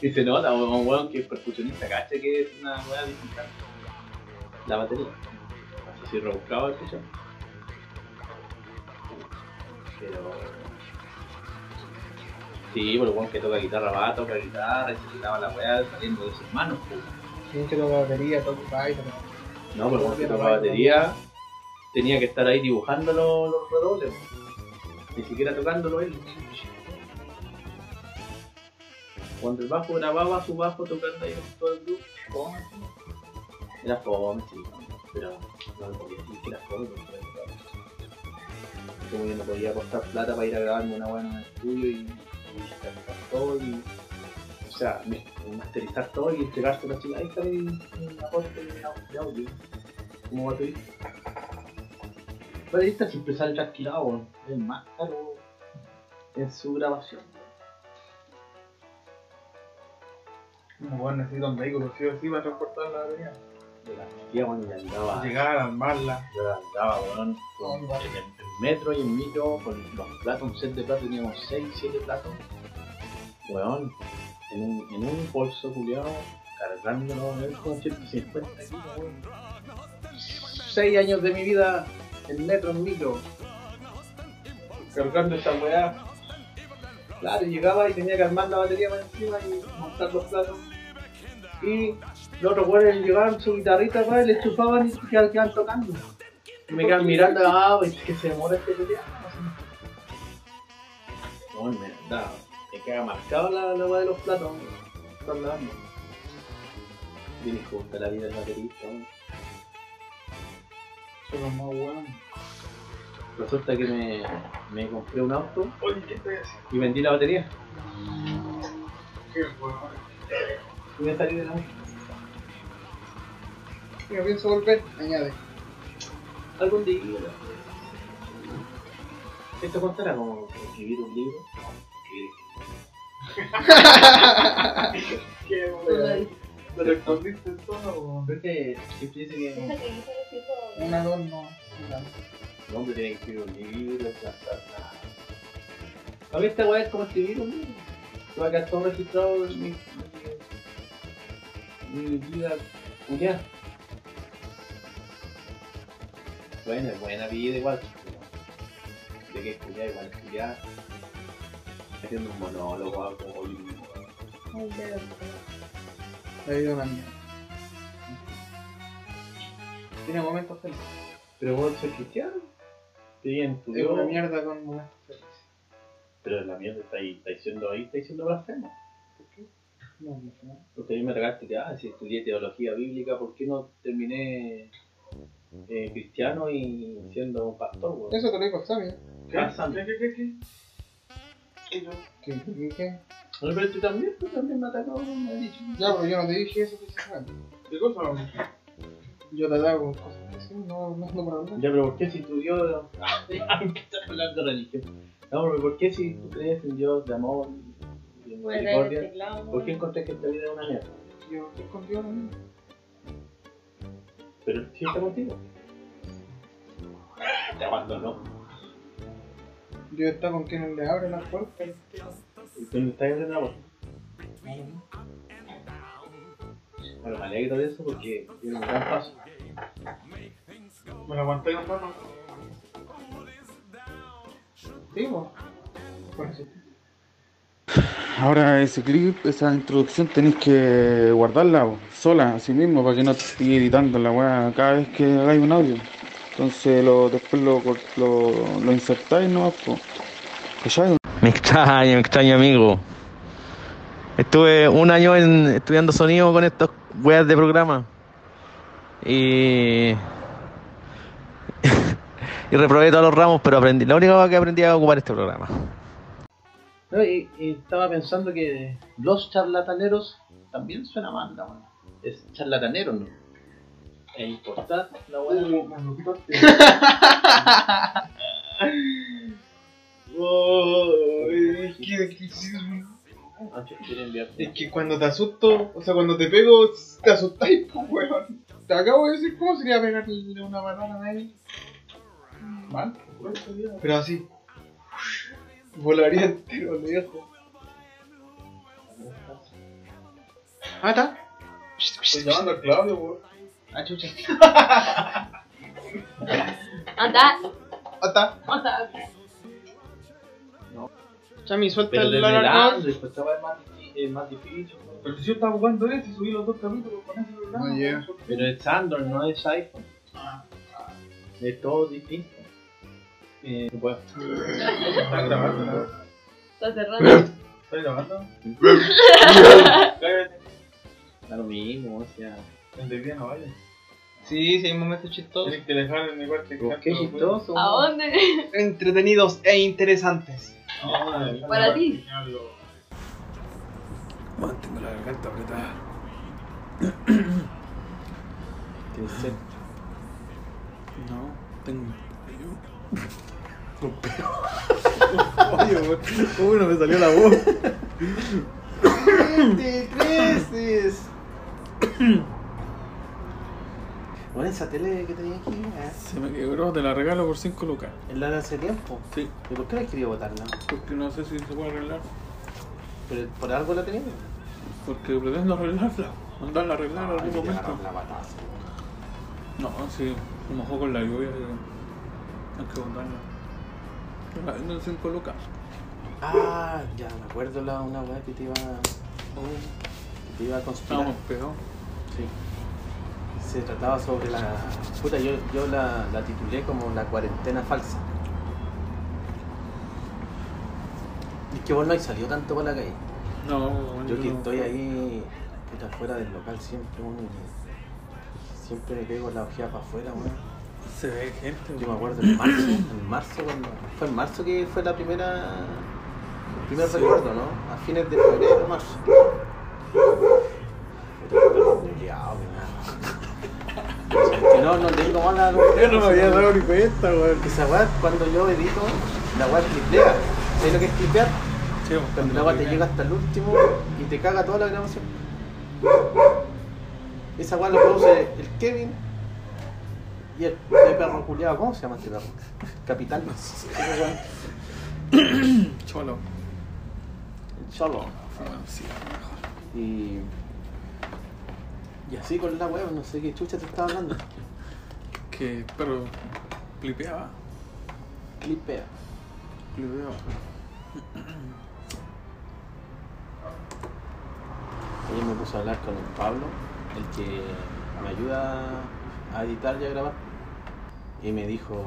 Speaker 6: Y se nota, po, un weón que es percusionista, caché que es una weá digital. La batería. Así si rebuscado el escucha. Pero. Sí, por el weón que toca guitarra va, toca guitarra, y se quitaba la weá saliendo de sus manos, po.
Speaker 2: Tienes que tocar batería, tocar guitarra.
Speaker 6: No, pero cuando tocaba batería tenía que estar ahí dibujando los, los redobles. Ni siquiera tocándolo él. Cuando el bajo grababa su bajo tocando ahí todo el grupo. ¿cómo? Era fome, sí. Pero no me podía decir que era fome. porque era fome. Como que no podía apostar plata para ir a grabarme una buena en el estudio y, y masterizar todo y... O sea, me- masterizar todo y entregárselo así. Ahí está mi, mi aporte de au- de audio como baterista. Baterista siempre sale trasquilado, weón. es más caro en su grabación.
Speaker 7: Como weón, necesito un vehículo, pues sí o sí, para transportar la batería.
Speaker 6: Yo la hacía cuando ya andaba, yo
Speaker 7: Llegar, armarla. Oh,
Speaker 6: la andaba, weón, con- en el en metro y en micro, con los platos, un set de platos, teníamos 6, 7 platos. Weón, en un, en un bolso culiado, cargándolo, weón, con 150 kilos, weón. 6 años de mi vida en metro, en micro. cargando esa weá. Claro, llegaba y tenía que armar la batería para encima y montar los platos. Y los otros weones llegaban su guitarrita para le chupaban y quedaban, quedaban tocando. Y me quedan mirando, ah, pues que se demora este tutorial. No, me da, me queda marcado la, la weá de los platos, hombre. Están lavando. Tienes que buscar la vida del baterista, hombre.
Speaker 7: Son los más weón.
Speaker 6: Resulta que me, me compré un auto
Speaker 7: Oye, ¿qué estoy haciendo?
Speaker 6: y vendí la batería.
Speaker 7: Qué weón.
Speaker 6: Y me salí de la música.
Speaker 2: Y no pienso volver, añade.
Speaker 6: Algún día. Esto contará como escribir un libro. No, escribir.
Speaker 7: Qué
Speaker 4: Tú lo dices.
Speaker 7: Te respondiste todo,
Speaker 6: Creo que siempre dice
Speaker 4: Esa
Speaker 6: que
Speaker 4: que hizo el tipo.
Speaker 2: Un adorno. una-
Speaker 6: el hombre tiene que escribir un libro, plantar nada. A mí esta weá es como escribir un libro. Se va a quedar todo registrado en mi, mi, mi vida culiada. Bueno, es buena vida igual. pero De que es culiada igual es culiada. Haciendo un monólogo algo. hoy.
Speaker 4: Ay, pero-
Speaker 2: La vida una mierda. Tiene momentos felices.
Speaker 6: Pero vos sos cristiano. Qué bien, tu
Speaker 2: Es una
Speaker 6: Dios.
Speaker 2: mierda con momentos felices.
Speaker 6: Pero la mierda está ahí, está diciendo ahí, está diciendo blasfemo.
Speaker 2: No, no, no.
Speaker 6: Porque a mí me regaste que, ah, si estudié teología bíblica, ¿por qué no terminé eh, cristiano y siendo un pastor, weón?
Speaker 2: Eso te lo dijo el Sammy. ¿eh?
Speaker 6: Ah, santo.
Speaker 7: ¿Qué, qué, qué?
Speaker 2: Que te dije.
Speaker 6: No, pero tú también, tú también me atacó, me has dicho.
Speaker 2: pues, Ya, pero yo no te dije eso precisamente.
Speaker 7: ¿Qué cosa?
Speaker 2: yo la hago cosas así, no, no, no para hablar.
Speaker 6: Ya, pero ¿por qué si tu Dios. ¿Por qué estás hablando de religión? No, pero ¿por qué si tú crees en Dios de amor y de
Speaker 4: Voy a traer el
Speaker 6: misericordia?
Speaker 4: teclado,
Speaker 6: ¿Por qué
Speaker 4: weón.
Speaker 6: encontré que esta vida es una mierda?
Speaker 2: Yo estoy contigo también.
Speaker 6: Pero si está contigo. Te abandonó.
Speaker 2: Dios está con quien le abre las puertas.
Speaker 6: Y tú no estás haciendo amor. Bueno, me alegro de eso porque tiene un gran paso.
Speaker 7: Me la aguanté con mano.
Speaker 2: Sí, vos. Por eso.
Speaker 8: Ahora ese clip, esa introducción tenéis que guardarla po, sola, así mismo, para que no te esté editando la weá cada vez que hagáis un audio. Entonces lo, después lo, cort- lo, lo insertáis nomás, po. ¿Cachai?
Speaker 1: Me extraña, me extraña, amigo. Estuve un año en- estudiando sonido con estas weas de programa. Y. y reprobé todos los ramos, pero aprendí. La única cosa que aprendí a ocupar este programa.
Speaker 6: No, y, y estaba pensando que los charlataneros también suena mal, la weá. Es charlatanero, ¿no? Es importar la weá.
Speaker 2: Uh, me asustaste.
Speaker 6: Oh,
Speaker 2: Es que- es que-
Speaker 6: quiere enviarte.
Speaker 2: Es que cuando te asusto, o sea, cuando te pego, te asustáis, pues, weón. Te acabo de decir cómo sería pegarle una banana a nadie. Mal, pues, weón. pero así. Volaría entero lejos. Ah, está.
Speaker 7: Estoy llamando al Claudio, weón.
Speaker 2: Ah, chucha.
Speaker 4: Anda,
Speaker 2: Ah, está.
Speaker 4: anda.
Speaker 2: Chami, suelta
Speaker 6: Pero
Speaker 2: el
Speaker 6: desde el
Speaker 2: alarma.
Speaker 6: Android, pues esta weá es más, difi- es más difícil. weón.
Speaker 7: Pero si yo estaba jugando ese y subí los dos capítulos con ese programa. Ah,
Speaker 2: No llega.
Speaker 6: Pero es Android, no es iPhone. Es todo distinto. Eh, bueno,
Speaker 7: Está grabando, ¿no?
Speaker 4: Está cerrado.
Speaker 7: Está grabando. Cállate.
Speaker 6: da lo mismo, o sea.
Speaker 7: El de día no vaya.
Speaker 2: Sí, sí, hay momentos chistosos.
Speaker 7: Tienes que dejar en mi parte.
Speaker 6: Pero Qué chistoso.
Speaker 4: ¿A
Speaker 6: weón.
Speaker 4: dónde?
Speaker 2: Entretenidos e interesantes.
Speaker 4: Para ti.
Speaker 3: Bueno, tengo la garganta apretada.
Speaker 6: Tienes sed.
Speaker 3: No, tengo.
Speaker 7: Uy, no me salió la voz.
Speaker 2: Te creces.
Speaker 3: Bueno, esa tele que tenía aquí ¿eh?
Speaker 8: Se me quebró, te la regalo por 5 lucas.
Speaker 3: es la de hace tiempo.
Speaker 8: Sí.
Speaker 3: ¿Y por qué la quería botarla?
Speaker 8: Porque no sé si se puede arreglar.
Speaker 3: ¿Pero por algo la tenía?
Speaker 8: Porque pretendo arreglarla. Mandarla a arreglar
Speaker 3: Ah,
Speaker 8: en algún momento.
Speaker 3: La pataza.
Speaker 8: No, sí, se mojó con la lluvia. y Hay que botarla. Yo La vendo en 5 lucas.
Speaker 3: Ah, ya me acuerdo la una weá que te iba. que te iba a conspirar.
Speaker 8: Estábamos pegados.
Speaker 3: Sí. Se trataba sobre la. Puta, yo, yo la, la titulé como la cuarentena falsa. Y es que vos no has salido tanto para la calle.
Speaker 8: No,
Speaker 3: Yo que
Speaker 8: no.
Speaker 3: estoy ahí, puta, fuera del local siempre, weón, y Siempre me pego la ojea para afuera, weón.
Speaker 8: Se ve gente.
Speaker 3: Yo me acuerdo en marzo, en marzo cuando. Fue en marzo que fue la primera. El primer recuerdo, ¿no? A fines de febrero, marzo. Puta, pero culiao, que nada. Es que no, no tengo mala.
Speaker 7: Yo no me había dado ni cuenta, weón.
Speaker 3: Porque esa weá, cuando yo edito, la weá clipea. ¿Sabes lo que es clipear?
Speaker 8: Sí, pues,
Speaker 3: Cuando la weá te llega hasta el último y te caga toda la grabación. Esa weá lo produce el Kevin y el, el perro culiado. ¿Cómo se llama este perro? Capitán.
Speaker 8: Cholo.
Speaker 3: El Cholo.
Speaker 8: Bueno, sí.
Speaker 3: Y. Y así con la weá, no sé qué chucha te estaba hablando.
Speaker 8: Que pero clipeaba.
Speaker 3: Clipea.
Speaker 8: Clipeaba.
Speaker 3: Ayer me puse a hablar con el Pablo, el que me ayuda a editar y a grabar. Y me dijo.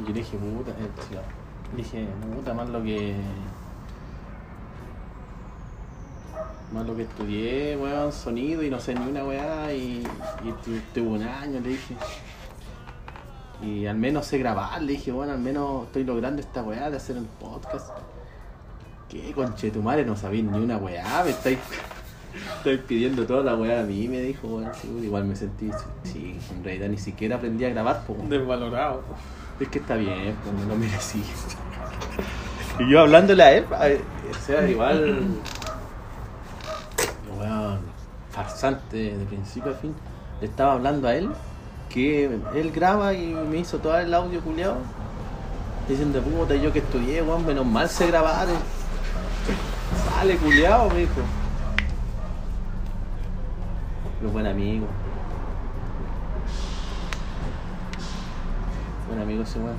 Speaker 3: Y yo le dije, puta, eh, sí, no. Le dije, puta, más lo que. Más lo que estudié, weón, sonido y no sé ni una weá. Y, y tu- tuve un año, le dije. Y al menos sé grabar, le dije, bueno, al menos estoy logrando esta weá de hacer un podcast. ¿Qué conche tu madre? No sabéis ni una weá, me estáis. Estoy pidiendo toda la weá a mí, me dijo, weón. sí, igual me sentí. Sí, en realidad ni siquiera aprendí a grabar, po, weón.
Speaker 7: Desvalorado.
Speaker 3: Es que está bien, pues me lo merecí. Y yo hablándole a él, a- o sea, igual. Weón, farsante de principio a fin. Le estaba hablando a él, que él graba y me hizo todo el audio culiado. Diciendo, puta, yo que estudié, weón, menos mal se grabaron. Sale culiado, me dijo. Pero buen amigo. Buen amigo ese weón.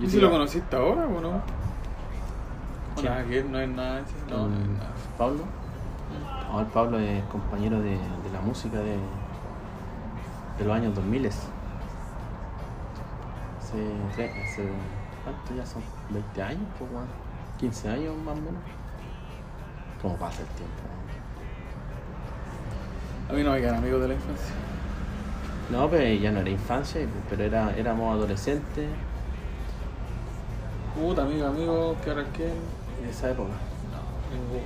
Speaker 7: ¿Y si lo conociste ahora o no? No, nada que ver, no es nada. sí, No, no es
Speaker 3: con
Speaker 7: nada.
Speaker 3: Pablo. No, el Pablo es compañero de, de la música de, de los años 2000. Hace, tre- hace- ¿Cuánto ya son? ¿20 años? Pues, weón. 15 años más o menos. ¿Cómo pasa el tiempo? weón?
Speaker 7: A mí no me quedan amigos de la infancia.
Speaker 3: No, pero ya no era infancia, pero era, éramos adolescentes
Speaker 7: Puta, amigo, amigo, ¿qué ahora qué?
Speaker 3: en esa época.
Speaker 7: No, ninguno.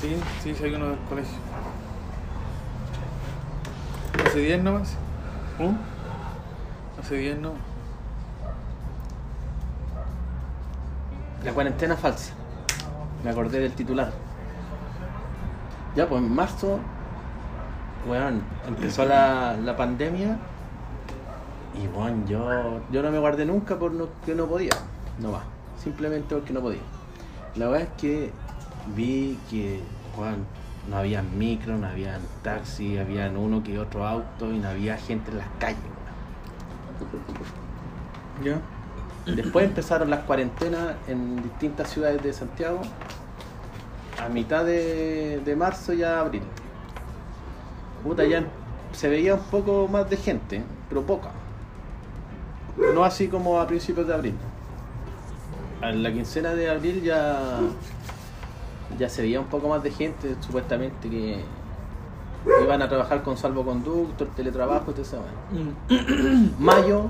Speaker 7: Sí, sí, sí hay uno del colegio. Hace 10 nomás. Hace 10 no.
Speaker 3: La cuarentena falsa. Me acordé del titular. Ya, pues en marzo, weón, empezó la, la pandemia. Y weón, yo, yo no me guardé nunca porque no podía. No va. Simplemente porque no podía. La verdad es que vi que, weón, no había micro, no había taxi, había uno que otro auto y no había gente en las calles, weón.
Speaker 7: ¿Ya?
Speaker 3: Después empezaron las cuarentenas en distintas ciudades de Santiago a mitad de, de marzo y a abril. Puta, ya se veía un poco más de gente, pero poca. No así como a principios de abril. En la quincena de abril ya, ya se veía un poco más de gente, supuestamente que iban a trabajar con salvoconducto, el teletrabajo, y todo eso. Mayo,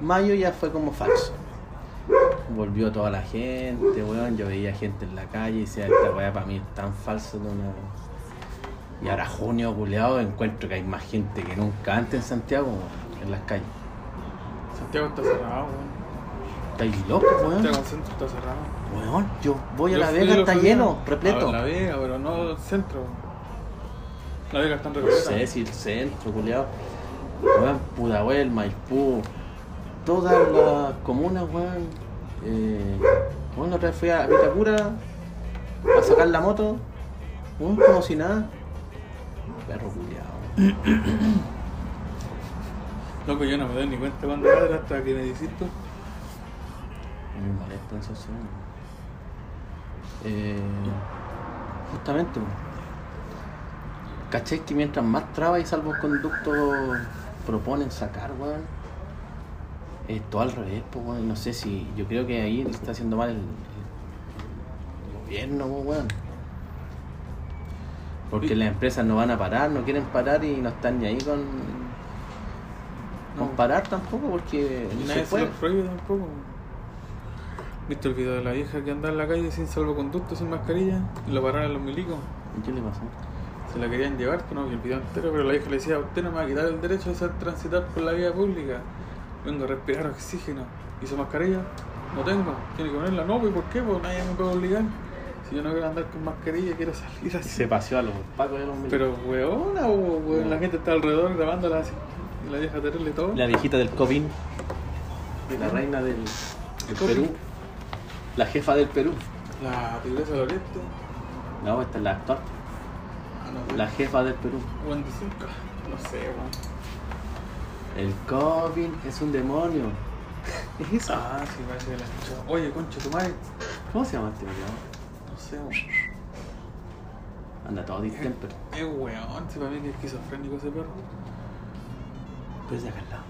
Speaker 3: mayo ya fue como falso. Volvió toda la gente, weón. Yo veía gente en la calle y decía, esta weá para mí es tan falso. no, no". Y ahora junio, culeado, encuentro que hay más gente que nunca antes en Santiago, weón, en las calles.
Speaker 7: Santiago está cerrado, weón.
Speaker 3: ¿Estáis locos, weón?
Speaker 7: Santiago Centro está cerrado.
Speaker 3: Weón, yo voy a
Speaker 7: Yo
Speaker 3: La
Speaker 7: fui
Speaker 3: Vega,
Speaker 7: el
Speaker 3: está
Speaker 7: otro día.
Speaker 3: lleno, repleto.
Speaker 7: A la Vega, pero no centro. La Vega está en
Speaker 3: No
Speaker 7: Recoleta.
Speaker 3: sé si el centro, culiado. Weón, Pudahuel, Maipú. Todas las comunas, weón. Eh, bueno, otra vez fui a Vitacura a sacar la moto. Weón, como si nada. Perro culiado.
Speaker 7: Loco, yo no me doy ni cuenta cuando era hasta que me disisto.
Speaker 3: Me molesta esa zona. Eh, justamente, weón. Caché que mientras más trabas y salvoconductos proponen sacar, weón, es todo al revés, pues, weón. No sé si. Yo creo que ahí le está haciendo mal el, el- el gobierno, pues, weón. Porque las empresas no van a parar, no quieren parar y no están ni ahí con. con
Speaker 7: No.
Speaker 3: parar tampoco, porque
Speaker 7: Y
Speaker 3: no se
Speaker 7: nadie se
Speaker 3: puede.
Speaker 7: los prohíbe tampoco. ¿Viste el video de la vieja que andaba en la calle sin salvoconducto, sin mascarilla? Y lo pararon los milicos.
Speaker 3: ¿Y ¿Qué le pasó?
Speaker 7: Se la querían llevar, que no vi el video entero, pero la vieja le decía, usted no me va a quitar el derecho de ser transitar por la vía pública. Vengo a respirar oxígeno. ¿Hizo mascarilla? No tengo. Tiene que ponerla. No, pues ¿por qué? Pues nadie me puede obligar. Si yo no quiero andar con mascarilla, quiero salir así.
Speaker 3: Se paseó a los pacos de los milicos.
Speaker 7: Pero weona, po, weón, la gente está alrededor grabándola así. Y la vieja terrible y todo.
Speaker 3: La viejita del Copin. La reina del, del
Speaker 7: Copin.
Speaker 3: Perú. La jefa del Perú.
Speaker 7: La tigresa del oriente.
Speaker 3: No, esta es la actual.
Speaker 7: Ah, no sé.
Speaker 3: La jefa del Perú.
Speaker 7: Weón de cinco. No sé, weón.
Speaker 3: El Copin es un demonio. ¿Es eso?
Speaker 7: Ah, sí, parece que la escuchaba. Oye, concho, tu madre.
Speaker 3: ¿Cómo se llama este weón?
Speaker 7: No sé, weón.
Speaker 3: Anda todo distemper.
Speaker 7: Es weón, si para mí que es esquizofrénico ese perro.
Speaker 3: Pero es Pues de acá al lado.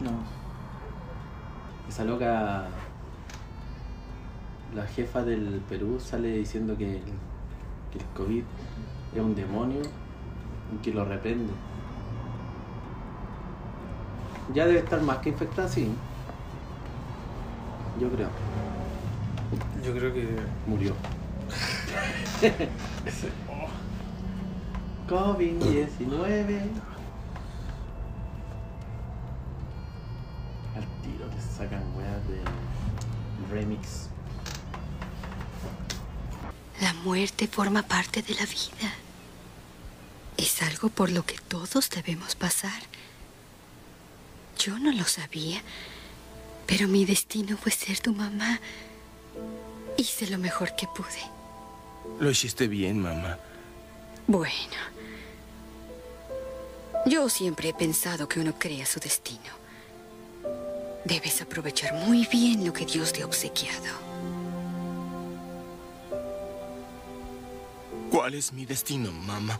Speaker 7: No.
Speaker 3: Esa loca. La jefa del Perú sale diciendo que el, que el COVID es un demonio y que lo reprende. Ya debe estar más que infectada, sí. yo creo.
Speaker 7: Yo creo que.
Speaker 3: Murió. COVID-19. Al tiro te sacan weas de remix.
Speaker 9: La muerte forma parte de la vida. Es algo por lo que todos debemos pasar. Yo no lo sabía, pero mi destino fue ser tu mamá. Hice lo mejor que pude.
Speaker 10: Lo hiciste bien, mamá.
Speaker 9: Bueno. Yo siempre he pensado que uno crea su destino. Debes aprovechar muy bien lo que Dios te ha obsequiado.
Speaker 10: ¿Cuál es mi destino, mamá?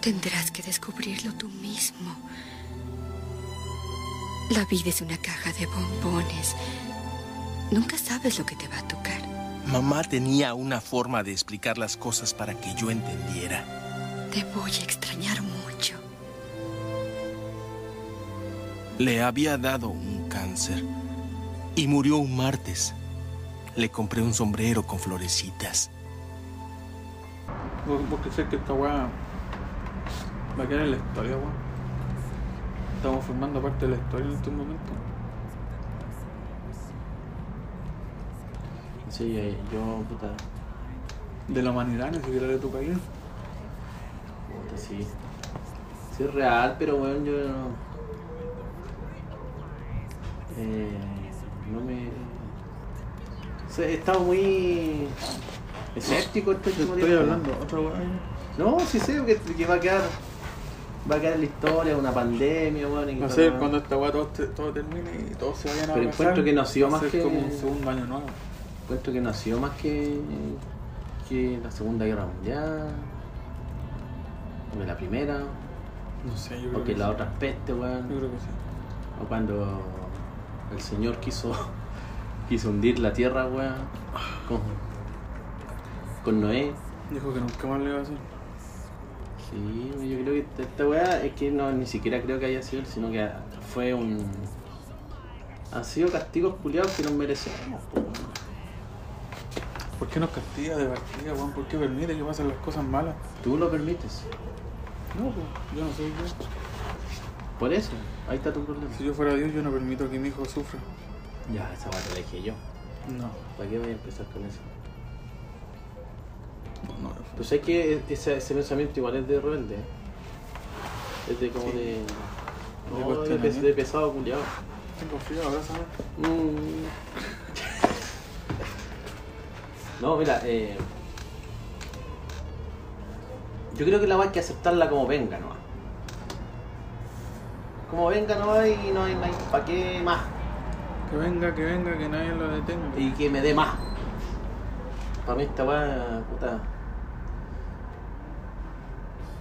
Speaker 9: Tendrás que descubrirlo tú mismo. La vida es una caja de bombones. Nunca sabes lo que te va a tocar.
Speaker 10: Mamá tenía una forma de explicar las cosas para que yo entendiera.
Speaker 9: Te voy a extrañar mucho.
Speaker 10: Le había dado un cáncer y murió un martes. Le compré un sombrero con florecitas.
Speaker 7: Vos, vos crees que esta weá va a quedar en la historia, weón. Estamos formando parte de la historia en este momento.
Speaker 3: Sí, eh, yo, puta,
Speaker 7: De la humanidad, ni siquiera de tu país.
Speaker 3: puta, sí. Sí, es real, pero bueno, yo no. Eh, no me. O sea, he estado muy. escéptico este
Speaker 7: Te
Speaker 3: último
Speaker 7: estoy
Speaker 3: tiempo.
Speaker 7: hablando, otra weá.
Speaker 3: No, sí sé que, que va a quedar. Va a quedar en la historia, una pandemia, bueno, y
Speaker 7: No
Speaker 3: toda
Speaker 7: sé,
Speaker 3: la-
Speaker 7: cuando esta weá todo, te- todo termine y todos se vayan a
Speaker 3: Pero
Speaker 7: abrazar,
Speaker 3: encuentro que no ha sido
Speaker 7: va a
Speaker 3: más
Speaker 7: ser
Speaker 3: que-
Speaker 7: como un segundo año nuevo.
Speaker 3: Puesto que no ha sido más que, que la Segunda Guerra Mundial, o que la Primera,
Speaker 7: No sé, yo creo
Speaker 3: o que
Speaker 7: que
Speaker 3: la
Speaker 7: sí.
Speaker 3: otra peste,
Speaker 7: Yo
Speaker 3: weón,
Speaker 7: creo que sí.
Speaker 3: o cuando el Señor quiso, quiso hundir la tierra, weón, con, con Noé.
Speaker 7: Dijo que nunca más le iba a hacer.
Speaker 3: Sí, yo creo que esta- esta weá es que no, ni siquiera creo que haya sido él, sino que ha- fue un. Han sido castigos culiados que nos merecemos, po, weón.
Speaker 7: ¿Por qué nos castiga de partida, weón? ¿Por qué permite que pasen las cosas malas?
Speaker 3: Tú lo permites.
Speaker 7: No, pues, yo no soy Dios.
Speaker 3: Por eso, ahí está tu problema.
Speaker 7: Si yo fuera Dios, yo no permito que mi hijo sufra.
Speaker 3: Ya, esa weá te la dije yo.
Speaker 7: No,
Speaker 3: ¿Para qué voy a empezar con eso?
Speaker 7: no.
Speaker 3: Tú sabes que ese, ese pensamiento igual es de rebelde. ¿eh? Es de como
Speaker 7: Sí.
Speaker 3: de. No, de,
Speaker 7: cuestionamiento.
Speaker 3: pes- de pesado culiado.
Speaker 7: Tengo frío, abrázame.
Speaker 3: Mm. No, mira, eh, yo creo que la va hay que aceptarla como venga nomás. Como venga nomás y no hay, para qué más.
Speaker 7: Que venga, que venga, que nadie lo detenga.
Speaker 3: Y que me dé más. Para mí esta weá, puta.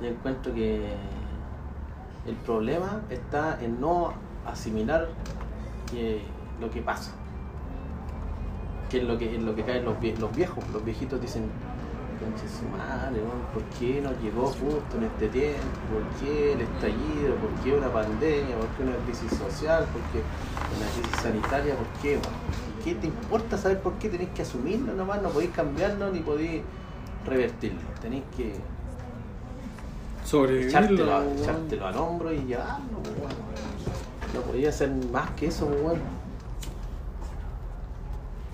Speaker 3: Yo encuentro que el problema está en no asimilar que- lo que pasa. Que es lo que, en lo que caen los, vie- los viejos. Los viejitos dicen, conche su madre, weón, ¿por qué no llegó justo en este tiempo? ¿Por qué el estallido? ¿Por qué una pandemia? ¿Por qué una crisis social? ¿Por qué una crisis sanitaria? ¿Por qué? weón? ¿Qué te importa saber por qué? Tenés que asumirlo nomás, no podéis cambiarlo ni podéis revertirlo. Tenés que
Speaker 7: Sobrevivirlo.
Speaker 3: echártelo, a-
Speaker 7: weón.
Speaker 3: echártelo al hombro y llevarlo. pues, weón. No podía hacer más que eso, pues, weón.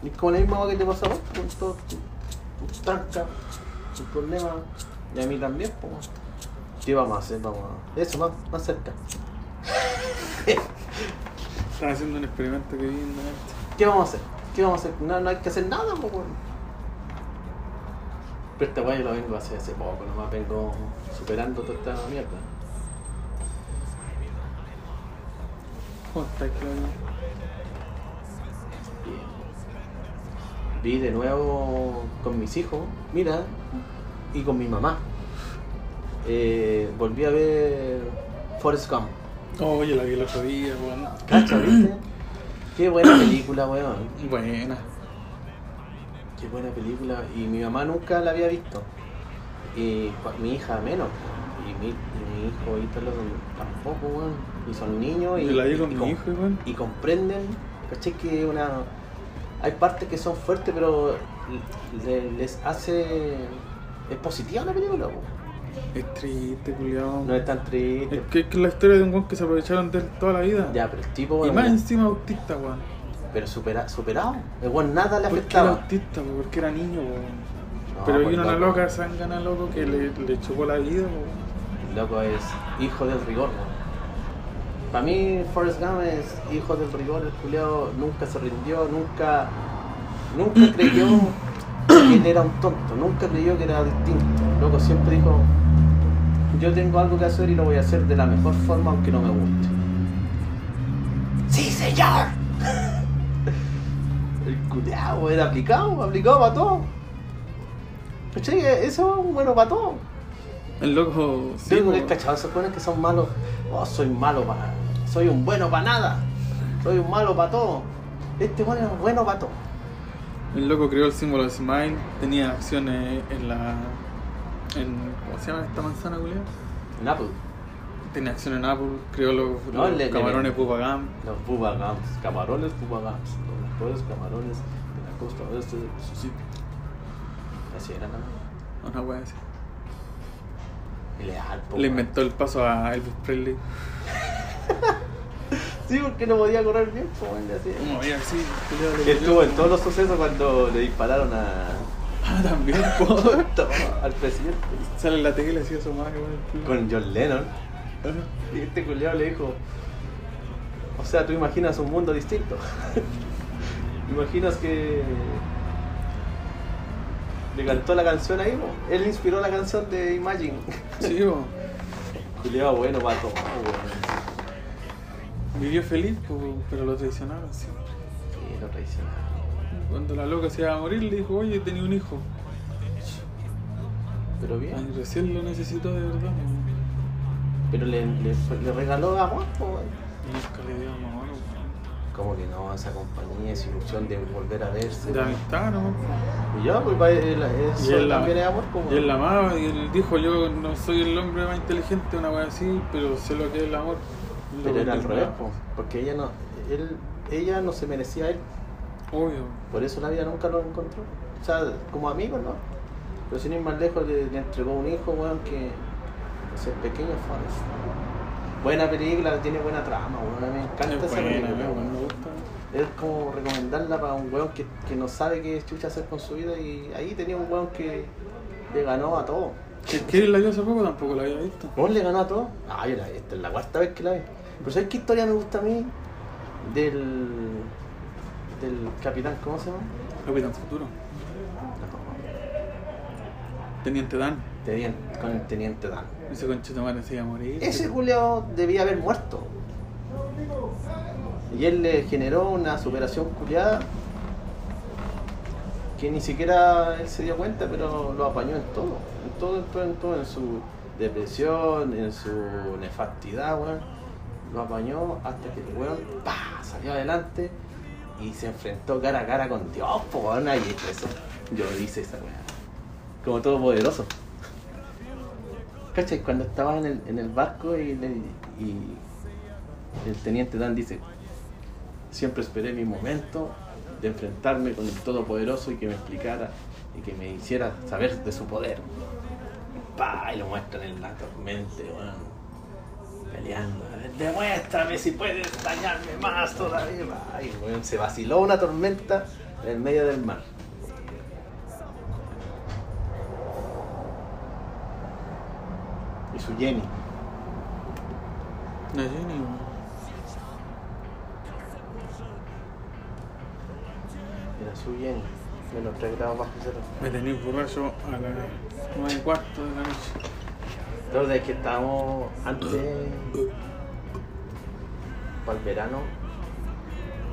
Speaker 3: Es como la misma cosa que te pasó a vos, con todo tu tranca, tu problema, y a mí también, pues. weón. ¿Qué vamos a hacer? Vamos a... Eso, más, más cerca.
Speaker 7: Estaba haciendo un experimento que vi en la noche.
Speaker 3: ¿Qué vamos a hacer? ¿Qué vamos a hacer? No, no hay que hacer nada, pues, weón. Pero esta weá yo la vengo hace, hace poco, nomás vengo superando toda esta mierda.
Speaker 7: ¿Cómo estáis, Claudio?
Speaker 3: Bien. Vi de nuevo con mis hijos, mira, y con mi mamá. Eh, volví a ver Forrest Gump.
Speaker 7: Oh, yo la vi el otro día, weón.
Speaker 3: ¿Cacha, viste? Qué buena película, weón.
Speaker 7: Buena.
Speaker 3: Qué buena película. Y mi mamá nunca la había visto. Y pues, mi hija menos. Y mi, y mi hijo Ítalo tampoco, weón. Y son niños y,
Speaker 7: Yo la vi con
Speaker 3: y
Speaker 7: mi
Speaker 3: com-
Speaker 7: hijo, weón.
Speaker 3: y comprenden, ¿cachai? Que una. Hay partes que son fuertes, pero le- les hace. Es positiva la película, weón.
Speaker 7: Es triste, culiao.
Speaker 3: No es tan
Speaker 7: Es
Speaker 3: triste.
Speaker 7: que es que la historia de un weón que se aprovecharon de él toda la vida.
Speaker 3: Ya, pero el tipo,
Speaker 7: y
Speaker 3: weón,
Speaker 7: más encima autista, weón.
Speaker 3: pero supera, superado. El weón nada le
Speaker 7: ¿Por qué era
Speaker 3: afectaba.
Speaker 7: autista, weón? Porque era niño, weón.
Speaker 3: No,
Speaker 7: Pero hay
Speaker 3: pues,
Speaker 7: una
Speaker 3: loco,
Speaker 7: loca sangana, loco, que le, le chupó la vida, weón.
Speaker 3: el Loco es hijo del rigor, weón. Para mí, Forrest Gump es hijo del rigor. El culiao nunca se rindió, nunca. Nunca creyó que él era un tonto, nunca creyó que era distinto. Loco siempre dijo: Yo tengo algo que hacer y lo voy a hacer de la mejor forma, aunque no me guste. ¡Sí, señor! El culiao era aplicado, aplicado para todo. ¿Cachai? Eso es bueno para todo.
Speaker 7: El loco.
Speaker 3: Sí,
Speaker 7: sí,
Speaker 3: pues, porque
Speaker 7: weón.
Speaker 3: cachado, se ponen que son malos. Oh, soy malo para. Soy un bueno para nada. Soy un malo para todo. Este bueno es bueno para todo.
Speaker 7: El loco creó el símbolo de Smile, tenía acciones en la. En, ¿Cómo se llama esta manzana, culiao?
Speaker 3: En Apple,
Speaker 7: Tenía acciones en Apple, creó los,
Speaker 3: No,
Speaker 7: los
Speaker 3: le- le-
Speaker 7: camarones Pupagam.
Speaker 3: los bubagams, camarones bubagams, los mejores camarones de la costa oeste de su sitio. Así era la
Speaker 7: Una wea así.
Speaker 3: Leal, po,
Speaker 7: Le
Speaker 3: weón.
Speaker 7: inventó el paso a Elvis Presley.
Speaker 3: Sí, porque no podía correr bien, po, weón, le hacía.
Speaker 7: Como veía así, culiao,
Speaker 3: Que
Speaker 7: le
Speaker 3: estuvo en todos los sucesos cuando le dispararon a.
Speaker 7: Ah, también, po.
Speaker 3: al presidente.
Speaker 7: Sale la tele así a su madre, weón.
Speaker 3: Con John Lennon. Y este culiao le dijo, o sea, tú imaginas un mundo distinto. imaginas que le cantó la canción ahí, po. él inspiró la canción de Imagine.
Speaker 7: Sí, weón.
Speaker 3: Culiao bueno, mato.
Speaker 7: Vivió feliz, po, pero lo traicionaron siempre.
Speaker 3: Sí, lo traicionaron.
Speaker 7: Cuando la loca se iba a morir, le dijo, oye, tenía un hijo.
Speaker 3: Pero bien,
Speaker 7: Ay, recién lo necesitó de verdad, weón.
Speaker 3: pero le, le, le regaló amor, po, weón.
Speaker 7: Nunca le dio amor, weón.
Speaker 3: Como que no, esa compañía, esa ilusión de volver a verse.
Speaker 7: De amistad, ¿no? weón.
Speaker 3: Y ya, pues, va, él- eso
Speaker 7: Y él la-
Speaker 3: también es amor, po,
Speaker 7: Y él
Speaker 3: weón.
Speaker 7: la amaba y él dijo, yo no soy el hombre más inteligente, una wea así, pero sé lo que es el amor. Lo
Speaker 3: Pero era al
Speaker 7: contemplaba.
Speaker 3: revés, po, porque ella no, él, ella no se merecía a él,
Speaker 7: Obvio.
Speaker 3: por eso la vida nunca lo encontró. O sea, como amigos, ¿no? Pero sin ir más lejos, le, le entregó un hijo, weón, que es el pequeño Forrest. Buena película, tiene buena trama, weón, a mí me encanta
Speaker 7: Es
Speaker 3: esa
Speaker 7: buena,
Speaker 3: película,
Speaker 7: weón,
Speaker 3: weón.
Speaker 7: me gusta.
Speaker 3: Es como recomendarla para un weón que, que no sabe qué chucha hacer con su vida y ahí tenía un weón que le ganó a todo.
Speaker 7: El que la vio hace poco tampoco la había visto.
Speaker 3: ¿Vos le ganó a todo? Ah, yo la, esta es la cuarta vez que la vi. Pero ¿sabes qué historia me gusta a mí? Del. del capitán, ¿cómo se llama?
Speaker 7: Capitán Futuro. Teniente Dan.
Speaker 3: Teniente, con el teniente Dan.
Speaker 7: Ese conchito madre se iba a morir.
Speaker 3: Ese Julio debía haber muerto. Y él le generó una superación culiada que ni siquiera él se dio cuenta, pero lo apañó en todo. En todo, en todo, en todo, en su depresión, en su nefastidad, weón. Lo apañó hasta que el weón ¡pa! salió adelante y se enfrentó cara a cara con Dios, po, weón. Ahí está eso. Yo hice esa weá. Como todo poderoso. ¿Cachai? Cuando estaba en el, en el barco y, le- y el teniente Dan dice, siempre esperé mi momento de enfrentarme con el Todopoderoso y que me explicara y que me hiciera saber de su poder. Pa, y lo muestran en la tormenta, weón. Peleando, a ver, demuéstrame si puedes dañarme más todavía. Ay, weón, se vaciló una tormenta en medio del mar. Y su Jenny.
Speaker 7: No, Jenny, weón.
Speaker 3: Era su Jenny. Menos 3 grados bajo cero.
Speaker 7: Me tenía borracho a las 9 y cuarto de la noche.
Speaker 3: Entonces es que estábamos antes para el verano.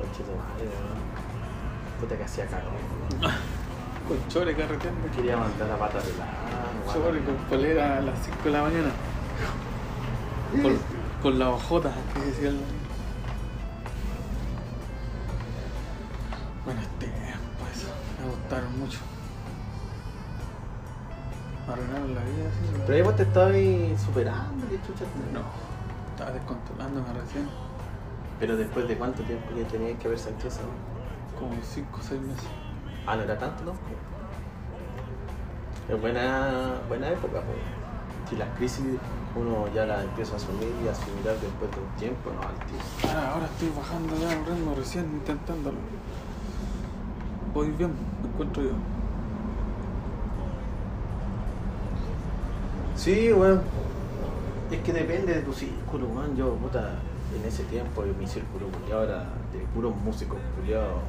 Speaker 3: Conche tu madre, weón. Puta que hacía calor.
Speaker 7: Con chores carreteando.
Speaker 3: Quería mandar la pata pelada.
Speaker 7: Chores con polera a las 5 de la mañana. Con, con la ojota, que decía el... Buenos tiempos, eso. Me gustaron mucho. A arruinaron la vida, sí.
Speaker 3: Pero ahí vos te estabas superando, qué chucha. te-
Speaker 7: No, estaba descontrolándome recién,
Speaker 3: Pero después de cuánto tiempo que tenías que haber sentido esa weá?
Speaker 7: como 5 o 6 meses.
Speaker 3: Ah, no era tanto, ¿no? Es buena, buena época, pues. Si las crisis uno ya las empieza a asumir y a asimilar después de un tiempo, no, al tío.
Speaker 7: Ahora, ahora estoy bajando ya el ritmo recién intentándolo. Voy bien, me encuentro yo.
Speaker 3: Sí, weón. Es que depende de tu círculo, weón. Yo, puta, en ese tiempo en mi círculo culiado era de puros músicos culiados.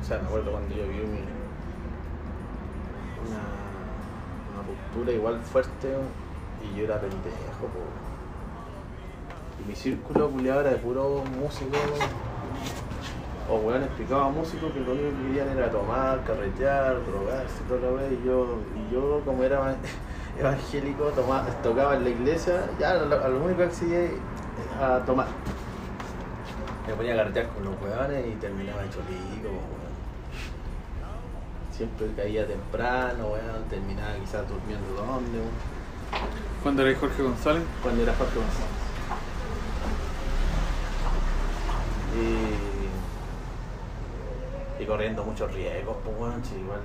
Speaker 3: O sea, me acuerdo cuando yo viví mi, una, una ruptura igual fuerte weón, y yo era pendejo, po, weón. Y mi círculo culiado era de puros músicos, weón. o weón explicaba músicos que lo único que querían era tomar, carretear, drogarse, toda la vez, y yo, y yo como era más- evangélico toma- tocaba en la iglesia, ya lo, lo único que accedía era a tomar. Me ponía a carretear con los hueones y terminaba hecho pico, weón. Siempre caía temprano, weón, terminaba quizás durmiendo donde, weón.
Speaker 7: ¿Cuándo era Jorge González?
Speaker 3: Cuando era Jorge González. Y, y corriendo muchos riesgos, pues weón, si igual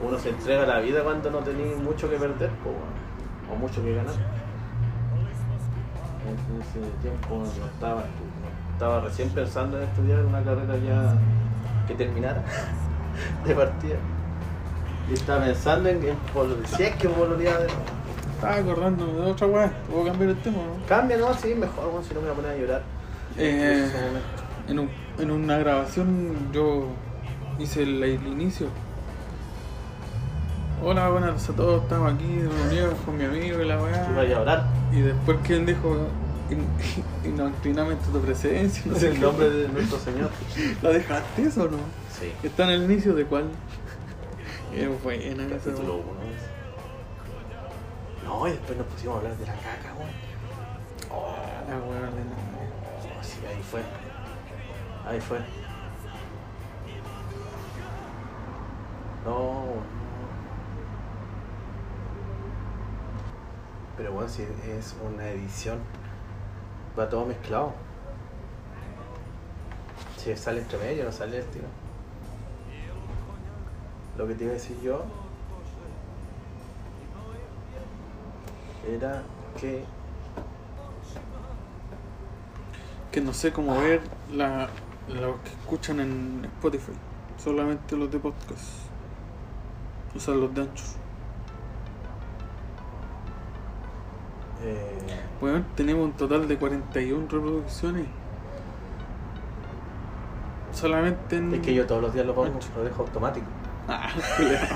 Speaker 3: uno se entrega a la vida cuando no tenéis mucho que perder, pues weón, o mucho que ganar. En ese tiempo no estaba, no estaba recién pensando en estudiar una carrera ya que terminara de partida. Y estaba pensando en, en polo- si es que volvería de nuevo.
Speaker 7: Estaba acordándome de otra weá, puedo cambiar el tema, ¿no?
Speaker 3: Cambia, no, sí, mejor, weón, si no me voy a poner a llorar.
Speaker 7: Eh,
Speaker 3: Ese momento.
Speaker 7: en, un- en una grabación yo hice el, el inicio. Hola, buenas a todos, estamos aquí reunidos con mi amigo y la
Speaker 3: Si voy a
Speaker 7: weá.
Speaker 3: llorar.
Speaker 7: Y después que él dijo, "In- inoctrinamente tu presencia, no
Speaker 3: Es
Speaker 7: sé
Speaker 3: el nombre de nuestro Señor.
Speaker 7: qué. ¿La dejaste eso o no?
Speaker 3: Sí.
Speaker 7: Está en el inicio de cuál. Es buena esa
Speaker 3: Capítulo
Speaker 7: weá.
Speaker 3: uno, ¿no? No, y después nos pusimos a hablar de la caca, weón.
Speaker 7: Ah, la weá de la-
Speaker 3: Oh, sí, ahí fue. Ahí fue. No, no. Pero bueno, si es una edición, va todo mezclado. Si sale entre medio, no sale el tiro. Lo que te iba a decir yo era que
Speaker 7: que no sé
Speaker 3: Ah.
Speaker 7: cómo ver la, los que escuchan en Spotify. Solamente los de podcast. O sea, los de ancho.
Speaker 3: eh,
Speaker 7: Bueno, tenemos un total de 41 reproducciones. Solamente en...
Speaker 3: Es que yo todos los días lo pongo, lo dejo automático.
Speaker 7: Ah, culiao.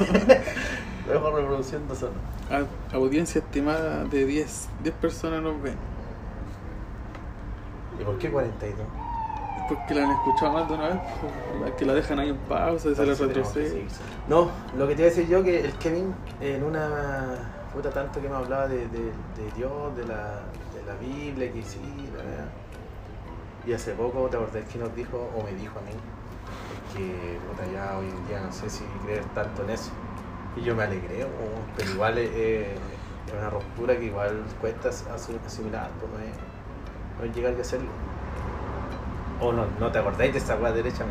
Speaker 3: Lo dejo reproduciendo solo.
Speaker 7: A- audiencia estimada de 10. 10 personas nos ven.
Speaker 3: ¿Y por qué 42?
Speaker 7: Porque la han escuchado más de una vez. po. La que la dejan ahí en pausa y se la
Speaker 3: Entonces tenemos que
Speaker 7: retrocede.
Speaker 3: seguir. No, lo que te iba a decir yo que el Kevin en una puta tanto que me hablaba de, de, de Dios, de la, de la Biblia, que sí, la verdad. Y hace poco te acordás que nos dijo, o me dijo a mí, que puta, ya hoy en día no sé si creer tanto en eso. Y yo me alegré, weón, pero igual eh, eh, es una ruptura que igual cuesta asu- asimilar, pues no es, no es llegar y hacerlo. O no, no te acordáis de esa weá derecha,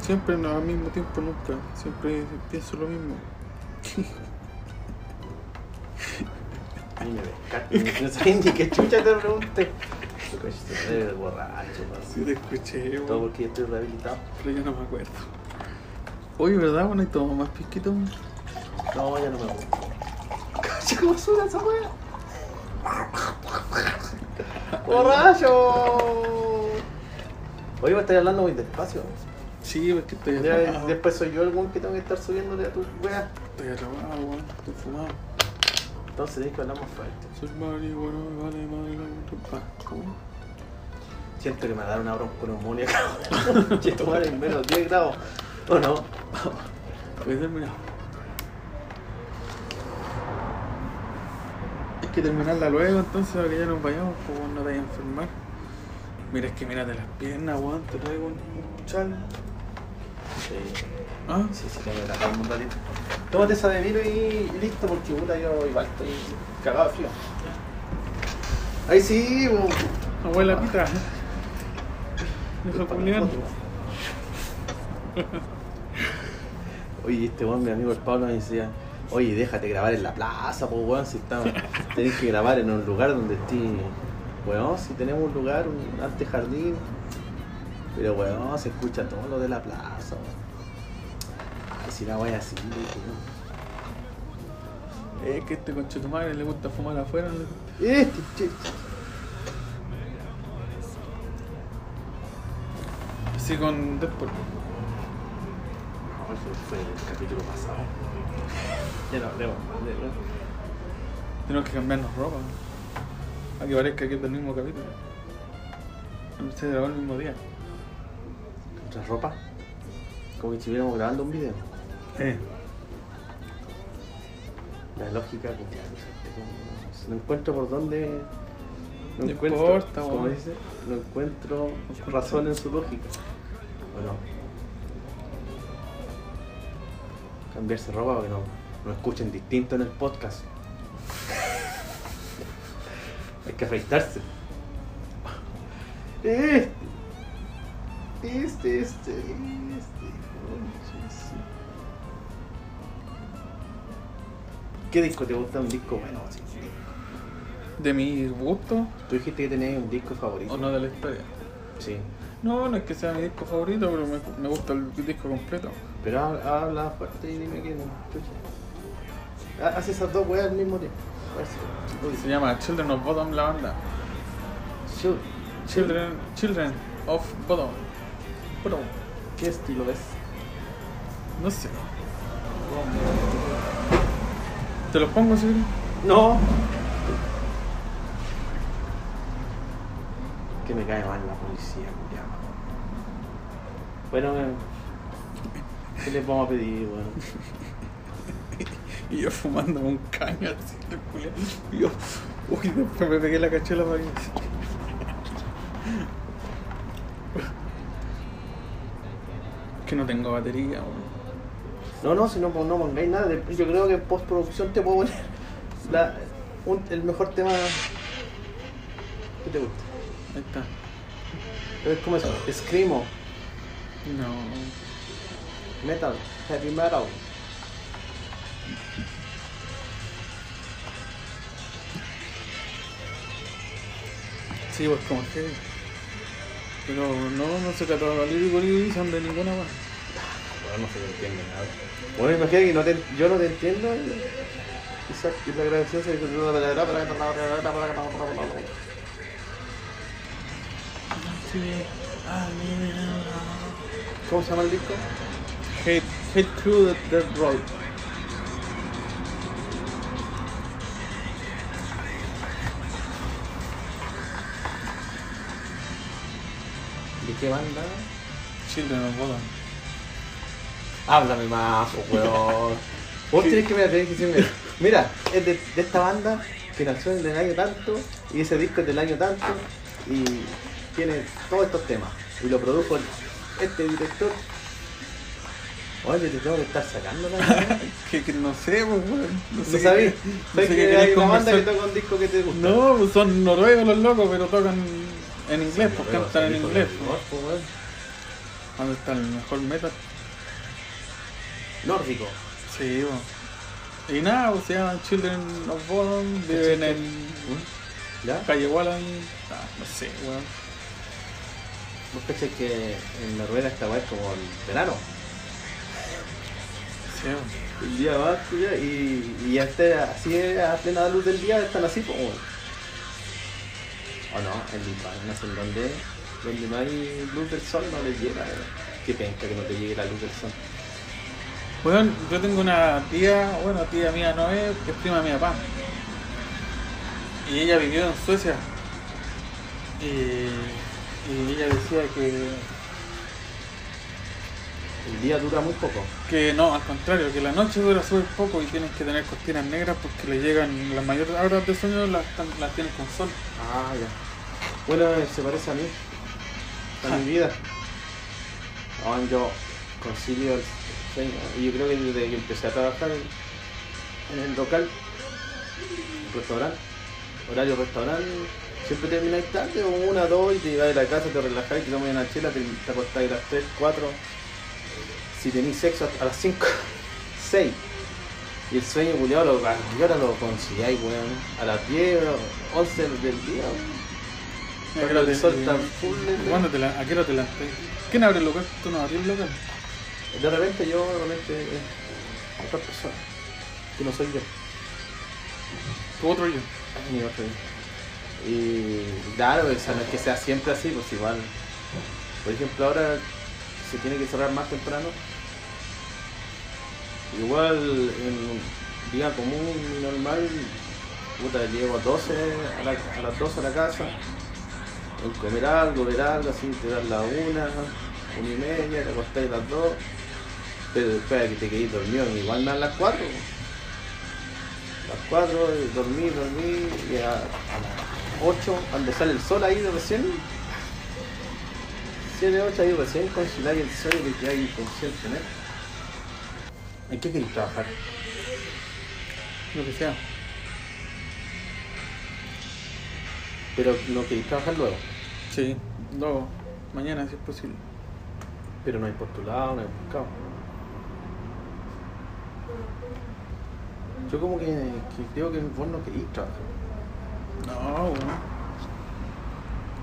Speaker 7: Siempre no, al mismo tiempo, nunca. Siempre pienso lo mismo.
Speaker 3: Ay, me descarto. No sé ni qué chucha te pregunté. Eres borracho,
Speaker 7: Sí,
Speaker 3: man.
Speaker 7: te escuché, weón.
Speaker 3: Todo porque yo estoy rehabilitado.
Speaker 7: Pero yo no me acuerdo. Oye, ¿verdad? Bueno, y tomamos más pisquito.
Speaker 3: No, ya no me gusta. Cacha, ¿cómo suena esa wea? ¡Borracho! Oye, me estás hablando muy despacio.
Speaker 7: Sí, porque estoy
Speaker 3: Ya,
Speaker 7: atrapado.
Speaker 3: después soy yo el weón que tengo que estar subiéndole a tu wea.
Speaker 7: Estoy atrapado, weón. Estoy fumado.
Speaker 3: Entonces tenés que hablar más fuerte.
Speaker 7: Soy marihuana, me vale madre la tobacco.
Speaker 3: Siento que me va a dar una bronconeumonía. Che, tu madre en menos 10 grados. ¿O no?
Speaker 7: Voy a terminar. Hay que terminarla luego, entonces, para que ya nos vayamos, pues weón, no te vayas a enfermar. Mira, es que mírate las piernas, weón. Te traigo un un chal.
Speaker 3: Sí.
Speaker 7: ¿Ah?
Speaker 3: Sí, sí, tengo que trabajar un ratito. Tómate esa de vino y, y listo, porque puta, yo igual estoy cagado de frío. Ahí sí, bu-
Speaker 7: Abuela pita. ¿eh?
Speaker 3: Ah.
Speaker 7: Deja culiar.
Speaker 3: Oye, este weón, mi amigo el Pablo me decía, oye, déjate grabar en la plaza, pues weón, si estamos, tenés que grabar en un lugar donde esté, weón, si tenemos un lugar, un antejardín, pero weón, se escucha todo lo de la plaza, weón. Ay, si la voy así, le dije, weón.
Speaker 7: Es que este conchetumadre le gusta fumar afuera. no le gusta.
Speaker 3: Este, che-
Speaker 7: Así con Deadpool.
Speaker 3: No, eso fue el capítulo pasado. Ya no, leo, leo.
Speaker 7: Tenemos que cambiarnos ropa. A que parezca que es del mismo capítulo. Se grabó el mismo día.
Speaker 3: ¿Otra ropa? Como que estuviéramos grabando un video.
Speaker 7: Eh.
Speaker 3: La lógica, pues, claro, o sea, no encuentro por dónde. No,
Speaker 7: No
Speaker 3: encuentro,
Speaker 7: importa,
Speaker 3: como
Speaker 7: weón.
Speaker 3: dice, no encuentro
Speaker 7: encuentro.
Speaker 3: razón en su lógica. Bueno, cambiarse ropa para que no, no escuchen distinto en el podcast. Hay que afeitarse. Este, este, este, este. conches. ¿Qué disco te gusta? Un disco bueno, sí.
Speaker 7: De mi gusto
Speaker 3: Tú dijiste que tenías un disco favorito.
Speaker 7: o no de la historia. Oh.
Speaker 3: Sí.
Speaker 7: No, no es que sea mi disco favorito, pero me, me gusta el disco completo.
Speaker 3: Pero ha- habla fuerte y dime que no. escucha. Ha- Hace esas dos weas al mismo tiempo. Parece.
Speaker 7: Se llama Children of Bottom la banda.
Speaker 3: Shoot.
Speaker 7: Children, Children of Bottom. Bottom.
Speaker 3: ¿Qué estilo es?
Speaker 7: No sé. ¿Te los pongo, si querés?
Speaker 3: No. Que me cae mal la policía, culiao. Bueno, eh, ¿qué les vamos a pedir, bueno?
Speaker 7: Y yo fumando un caño así, el culiao. Y yo, uy, después me pegué la cachola para que. Que no tengo batería, weón.
Speaker 3: No, no, si no, pon- no pongáis nada. Después Yo creo que en postproducción te puedo poner la- un- el mejor tema que te gusta.
Speaker 7: Ahí está.
Speaker 3: Es como eso, Screamo,
Speaker 7: No.
Speaker 3: Metal, Heavy Metal.
Speaker 7: Sí, pues como que. Pero no, no se categorizan de ninguna más.
Speaker 3: Bueno, no se entiende nada. Bueno, imagina que no te- yo no te entiendo. Y, y sa- y la grabación se ¿Cómo se llama el disco?
Speaker 7: Hate, hate Crew de Dead Road.
Speaker 3: ¿De qué banda?
Speaker 7: Children of Bottom.
Speaker 3: Háblame más, po, weón. Vos tenés que, mira, tenés que decirme, mira, es de, de esta banda que nació en el año tanto y ese disco es del año tanto y tiene todos estos temas. Y lo produjo el- este director. Oye, te tengo que estar sacando la weá.
Speaker 7: Que, que no sé, pues, weón.
Speaker 3: No
Speaker 7: No sé. qué-
Speaker 3: sabí.
Speaker 7: no
Speaker 3: Sabes que,
Speaker 7: sé qué
Speaker 3: hay
Speaker 7: queréis
Speaker 3: una banda que
Speaker 7: conversar.
Speaker 3: toca un disco que te gusta.
Speaker 7: No, pues son noruegos los locos, pero tocan en inglés, pues
Speaker 3: Pero
Speaker 7: cantan en
Speaker 3: ese disco es
Speaker 7: inglés. pues.
Speaker 3: nórdico, weón.
Speaker 7: ¿Dónde está el mejor metal?
Speaker 3: Nórdico.
Speaker 7: Sí, pues. Y nada, pues se llaman Children of Bodom, viven en
Speaker 3: ¿Mm? ¿Ya?
Speaker 7: Calle Wallan. Ah, no sé, weón.
Speaker 3: Vos cachés que en Noruega esta weá es como el verano.
Speaker 7: Sí, weón.
Speaker 3: El día va cuya, y, y ya está así a plena luz del día, están así como. O no, en Lituania, no sé en dónde, donde no hay luz del sol, no les llega. eh. Qué penca que no te llegue la luz del sol.
Speaker 7: Weón, yo tengo una tía, bueno, tía mía no es, que es prima de mi papá. Y ella vivió en Suecia. Y, y ella decía que
Speaker 3: El día dura muy poco.
Speaker 7: Que no, al contrario, que la noche dura súper poco y tienes que tener cortinas negras porque le llegan las mayores horas de sueño las, tan- las tienes con sol.
Speaker 3: Ah, ya. Bueno, eh, se parece a mí. Ah. A mi vida. Aún yo concilio el, Venga, y yo creo que desde que empecé a trabajar en, en el local, restaurante, horario restaurante, siempre termináis tarde, o una, dos, y te ibas a la casa, te relajáis, te tomas una chela, te, te acostáis a las tres, cuatro. Si tenéis sexo a las cinco, seis. Y el sueño culiado lo ¿a qué hora lo consigáis, weón? A las 10, 11 del día,
Speaker 7: ¿A qué
Speaker 3: weón.
Speaker 7: hora
Speaker 3: Cuando
Speaker 7: te-
Speaker 3: el sol está full, weón.
Speaker 7: eh, ¿Cuándo te la, ¿A qué hora te levantáis? ¿Quién abre el local? ¿Tú no abrís el local?
Speaker 3: De repente yo, realmente, eh, otra persona. Que no soy yo.
Speaker 7: ¿Tu otro yo?
Speaker 3: Ni otro. Y claro, o sea, no es que sea siempre así, pues igual. Por ejemplo, ahora se tiene que cerrar más temprano. Igual en un día común, normal, puta, llego a 12, a, la- a las 12 a la casa. Voy a Comer algo, ver algo, así, te das la una, una y media, te acostáis a las dos. Pero después de que te quedéis dormido, igual me dan las cuatro las 4, dormí, dormí, y a, a las 8, cuando sale el sol ahí de recién, 7, 8 ahí recién congeláis el sol y que hay inconsciente, ¿no? ¿En qué queréis trabajar?
Speaker 7: Lo que sea.
Speaker 3: Pero no queréis trabajar luego.
Speaker 7: Sí, luego. Mañana, si es posible.
Speaker 3: Pero no hay postulado, no hay buscado. Yo como que, que creo que vos no queréis trabajar.
Speaker 7: No, weón.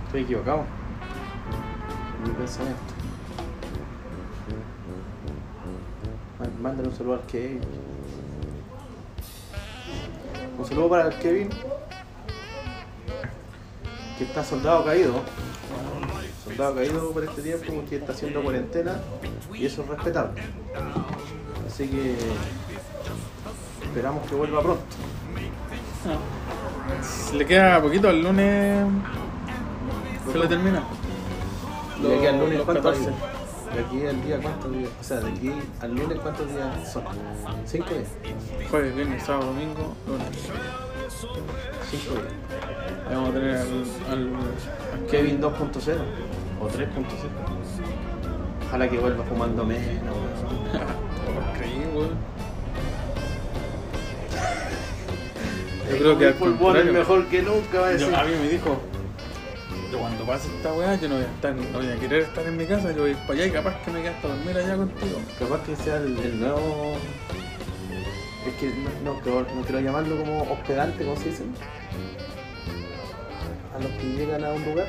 Speaker 3: Estoy equivocado. Mi pensamiento. Má- Mándale un saludo al Kevin. Un saludo para el Kevin. Que está soldado caído. Soldado caído por este tiempo porque está haciendo cuarentena. Y eso es respetable. Así que esperamos que vuelva pronto.
Speaker 7: Le queda poquito al lunes. Se lo
Speaker 3: Lo-
Speaker 7: termina.
Speaker 3: Y de aquí al lunes
Speaker 7: Los
Speaker 3: cuántos
Speaker 7: 14.
Speaker 3: días? De aquí al día cuántos días. O sea, de aquí al lunes cuántos días son. Cinco días.
Speaker 7: Jueves, viernes, sábado, domingo, lunes.
Speaker 3: Cinco días.
Speaker 7: Ahí Vamos a tener al, al, al
Speaker 3: Kevin 2.0 o 3.0. Ojalá que vuelva fumando menos. weón.
Speaker 7: Creí, weón. Yo creo que al
Speaker 3: Fútbol
Speaker 7: contrario.
Speaker 3: es mejor que nunca, va a decir.
Speaker 7: Yo- a mí me dijo, yo cuando pase esta weá, yo no voy a estar, no voy a querer estar en mi casa, yo voy a ir para allá y capaz que me quede hasta dormir allá contigo.
Speaker 3: Capaz que sea el, el nuevo. Es que no, no creo- no quiero llamarlo como hospedante, como se dicen. A los que llegan a un lugar.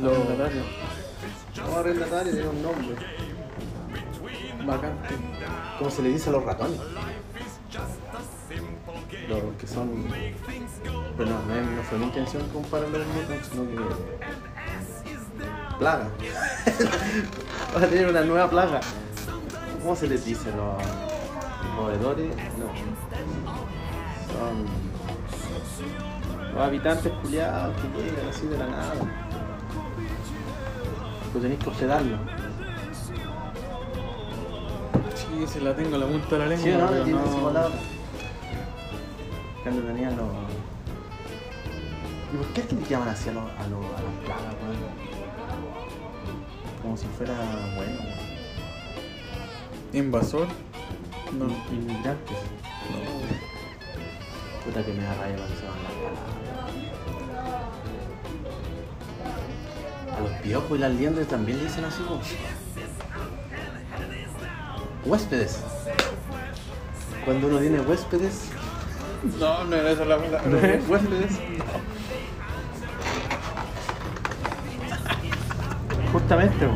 Speaker 3: Los
Speaker 7: Arrendatarios.
Speaker 3: No, arrendatarios, tiene un nombre.
Speaker 7: Vacante.
Speaker 3: ¿Cómo se le dice a los ratones? Los que son. Pero no, no, es- no fue mi intención compararlo con Mutant, sino que. Plaga. Vas a tener una nueva plaga. ¿Cómo se les dice los roedores? No. Son. Los habitantes culiados que llegan así de la nada. Lo tenéis que hospedarlo.
Speaker 7: Sí, se la tengo en la punta de la lengua.
Speaker 3: Sí, no,
Speaker 7: pero
Speaker 3: no tiene
Speaker 7: no-
Speaker 3: esa palabra. Cuando tenían los. ¿Y por qué es que le llaman así a los a los- a las plagas, weón? Como si fuera bueno, weón.
Speaker 7: Invasor. No.
Speaker 3: Inmigrantes. Puta que me da raya cuando se van las palabras. A los piojos y las liendres también le dicen así, weón. Huéspedes. Cuando uno tiene huéspedes,
Speaker 7: No, no era esa la palabra.
Speaker 3: huéspedes. Justamente, po.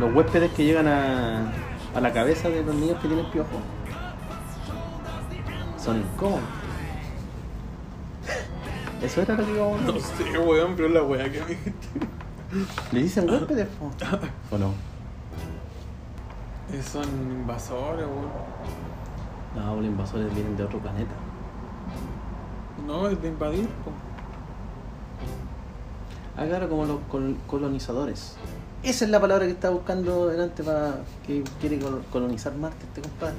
Speaker 3: los huéspedes que llegan a, a la cabeza de los niños que tienen piojo son incómodos. Eso era lo que íbamos a hablar.
Speaker 7: No sé, weón, pero la weá que me dijiste.
Speaker 3: Le dicen huéspedes, po. ¿O no?
Speaker 7: Eh, Son invasores, weón.
Speaker 3: No, los invasores vienen de otro planeta.
Speaker 7: No, es de invadir, po.
Speaker 3: Ah, claro, como los col- colonizadores. Esa es la palabra que estaba buscando delante para que quiere col- colonizar Marte este compadre.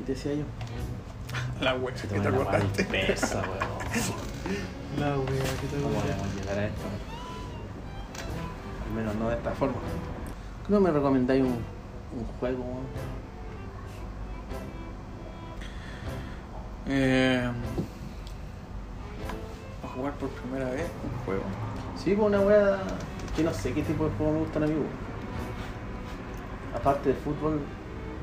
Speaker 3: Y te decía yo.
Speaker 7: La weá
Speaker 3: Se
Speaker 7: que
Speaker 3: toma
Speaker 7: te
Speaker 3: la guay
Speaker 7: acordaste.
Speaker 3: Persa, weón.
Speaker 7: La weá que te
Speaker 3: ¿Cómo
Speaker 7: acordaste.
Speaker 3: podemos llegar a esto? Al menos no de esta forma. ¿Cómo me recomendáis un Un juego, weón.
Speaker 7: Eh, a jugar por primera vez un juego.
Speaker 3: Sí, pues una wea que no sé qué tipo de juegos me gustan a mí, weón. Aparte de fútbol,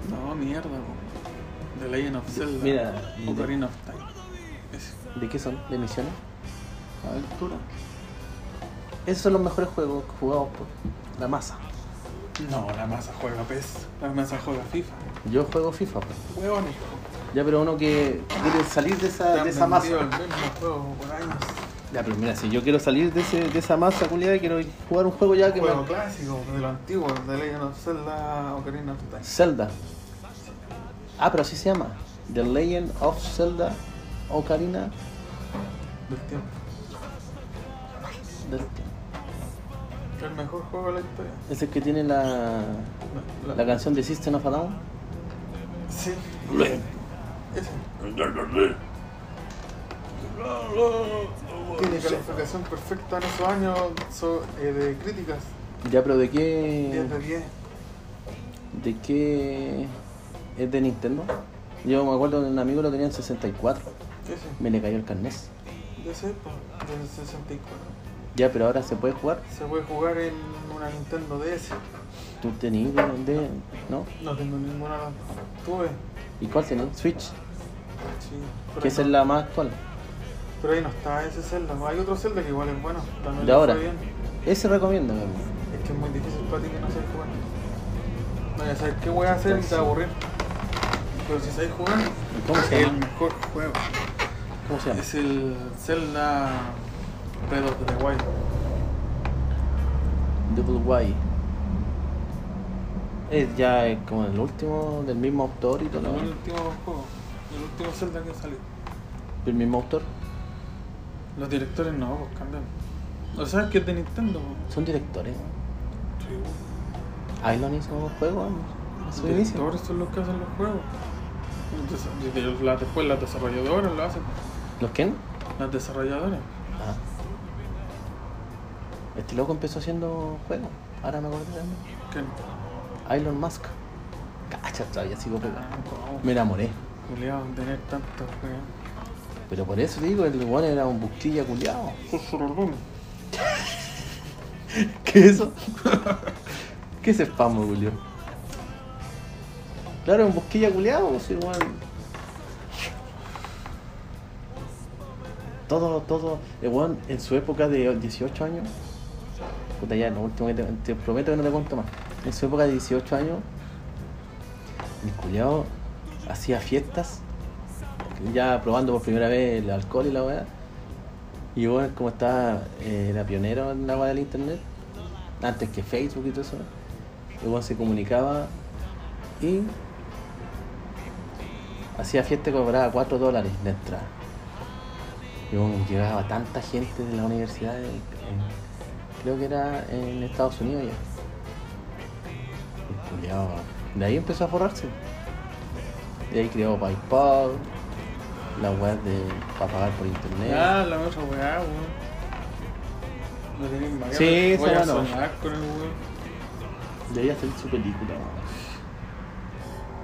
Speaker 7: No, mierda, po. The Legend of Zelda.
Speaker 3: Mira, y de-
Speaker 7: Ocarina of Time. Es
Speaker 3: ¿de qué son? ¿De misiones?
Speaker 7: aventura.
Speaker 3: Esos son los mejores juegos jugados por pues. la masa.
Speaker 7: No, la masa juega pues. PES. La masa juega FIFA.
Speaker 3: Yo juego FIFA, pues.
Speaker 7: Huevones.
Speaker 3: Ya, pero uno que quiere salir de
Speaker 7: Te
Speaker 3: esa,
Speaker 7: han
Speaker 3: Ah, de esa
Speaker 7: vendido
Speaker 3: masa.
Speaker 7: el mismo juego por años.
Speaker 3: Ya, pero mira, si yo quiero salir de, ese, de esa masa, culiada, quiero ir a jugar un juego ya que
Speaker 7: Juego
Speaker 3: me...
Speaker 7: clásico, de lo antiguo, The Legend of Zelda, Ocarina of Time.
Speaker 3: Zelda. Ah, pero así se llama. The Legend of Zelda Ocarina
Speaker 7: Del tiempo.
Speaker 3: del Tiempo.
Speaker 7: El mejor juego de la historia.
Speaker 3: Es el que tiene la,
Speaker 7: No,
Speaker 3: la canción de System of a Down.
Speaker 7: Sí. Ese. Tiene calificación perfecta en esos años so- eh, de críticas.
Speaker 3: Ya, pero ¿de
Speaker 7: 10 de
Speaker 3: qué...
Speaker 7: 10.
Speaker 3: ¿De qué... es de Nintendo? Yo me acuerdo de un amigo lo tenía en 64.
Speaker 7: Ese.
Speaker 3: Me le cayó el carnés.
Speaker 7: De ese, pues, del 64.
Speaker 3: Ya, pero ahora se puede jugar.
Speaker 7: Se puede jugar en una Nintendo DS.
Speaker 3: Tú tenías de... ¿no?
Speaker 7: No tengo ninguna de las dos. Tuve.
Speaker 3: ¿Y cuál tenías? Switch.
Speaker 7: Sí. pero
Speaker 3: Que
Speaker 7: ahí
Speaker 3: esa es
Speaker 7: no-
Speaker 3: la más actual.
Speaker 7: Pero ahí no está ese Zelda. Hay otro Zelda que igual es bueno.
Speaker 3: ¿De
Speaker 7: También le
Speaker 3: ahora?
Speaker 7: fue bien.
Speaker 3: Ese recomiendo, mi amigo.
Speaker 7: Es que es muy difícil para ti que no sabes jugar. No, ya sabes qué voy a hacer y te va a aburrir. Pero si sabes jugar,
Speaker 3: ¿Y ¿Cómo se
Speaker 7: es el
Speaker 3: llama?
Speaker 7: mejor juego.
Speaker 3: ¿Cómo se llama?
Speaker 7: Es el Zelda Breath of the Wild.
Speaker 3: Double Why. Es ya eh, como el último, del mismo autor y todo.
Speaker 7: El
Speaker 3: ¿no?
Speaker 7: último juego. El último Zelda que salió.
Speaker 3: Del mismo autor.
Speaker 7: Los directores no, pues cambian. O sea, que es de Nintendo. pues.
Speaker 3: Son directores.
Speaker 7: Sí, pues.
Speaker 3: Ailon hizo juegos. ¿no? A su inicio.
Speaker 7: Directores son los que hacen los juegos. Entonces, y de- la- Después las desarrolladoras lo hacen.
Speaker 3: ¿Los quién?
Speaker 7: Las desarrolladoras.
Speaker 3: Ah. Este loco empezó haciendo juegos. Ahora me acuerdo también.
Speaker 7: Que
Speaker 3: Elon Musk. Cacha, todavía sigo pegado.
Speaker 7: no,
Speaker 3: Me enamoré.
Speaker 7: culiado, tener tantos juegos.
Speaker 3: Pero por eso digo, el weón era un busquilla culiado. ¿Qué es eso? ¿Qué es spam, Julio? Claro, un busquilla culiado, pues igual. Todo, todo, el weón en su época de 18 años. Puta, ya, lo último que te, te prometo que no te cuento más. En su época de 18 años, mi culiado hacía fiestas, ya probando por primera vez el alcohol y la weá. Y bueno, como estaba, eh, era pionero en la weá del internet, antes que Facebook y todo eso, el weón se comunicaba y hacía fiesta y cobraba 4 dólares de entrada. Y bueno, llegaba tanta gente de la universidad, de- en- creo que era en Estados Unidos ya. Y el culiao, de ahí empezó a forrarse. De ahí creó PayPal, la web de para pagar por internet.
Speaker 7: Ah, la otra weá, weón. Lo tenéis mareado.
Speaker 3: Sí, esa
Speaker 7: voy a
Speaker 3: mano.
Speaker 7: soñar con el weón.
Speaker 3: Debería salir su película,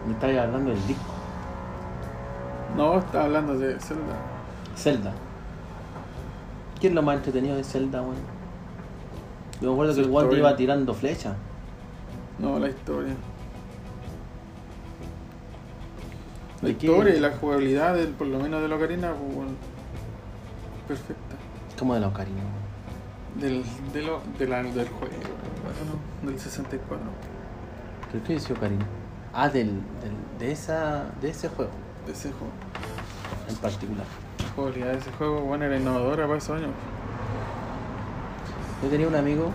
Speaker 3: Me estaba hablando del disco.
Speaker 7: No, está hablando de Zelda.
Speaker 3: Zelda. ¿Qué es lo más entretenido de Zelda, weón? Yo me acuerdo
Speaker 7: Su
Speaker 3: que el weón te
Speaker 7: historia.
Speaker 3: iba tirando flechas.
Speaker 7: No, la historia. La
Speaker 3: ¿De qué?
Speaker 7: historia y la jugabilidad, del, por lo menos de la Ocarina, pues, weón. Perfecta.
Speaker 3: Como de la ocarina, weón.
Speaker 7: Del, de lo- de la- del juego, bueno, del 64,
Speaker 3: ¿Pero qué dice ocarina? Ah, del, del- de, esa, de ese juego
Speaker 7: de ese juego.
Speaker 3: en particular.
Speaker 7: La jugabilidad de ese juego, bueno, era innovadora para esos años.
Speaker 3: Yo tenía un amigo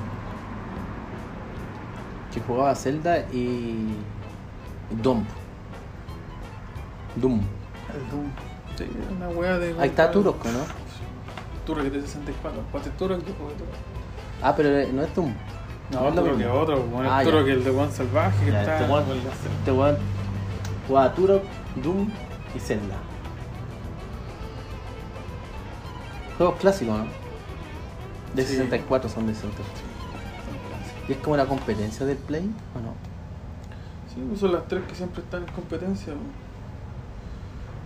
Speaker 3: que jugaba Zelda y. Doom. Doom.
Speaker 7: El Doom. Sí, era una wea de.
Speaker 3: Ahí está Turok, ¿no?
Speaker 7: Turok es de 64. Pate Turok, yo jugué Turok.
Speaker 3: Ah, pero eh, no es Doom.
Speaker 7: No,
Speaker 3: es lo
Speaker 7: Turok es
Speaker 3: mismo.
Speaker 7: otro, bueno,
Speaker 3: Ah, ya.
Speaker 7: Turok es el de Juan Salvaje, que
Speaker 3: Ya,
Speaker 7: está.
Speaker 3: este weón-
Speaker 7: con la celda.
Speaker 3: Este weón jugaba Turok, Doom y Zelda. Juegos clásicos, ¿no? De
Speaker 7: Sí.
Speaker 3: 64 son de 64. ¿Y es como la competencia del Play o no?
Speaker 7: Sí, Sí, pues son las tres que siempre están en competencia. po.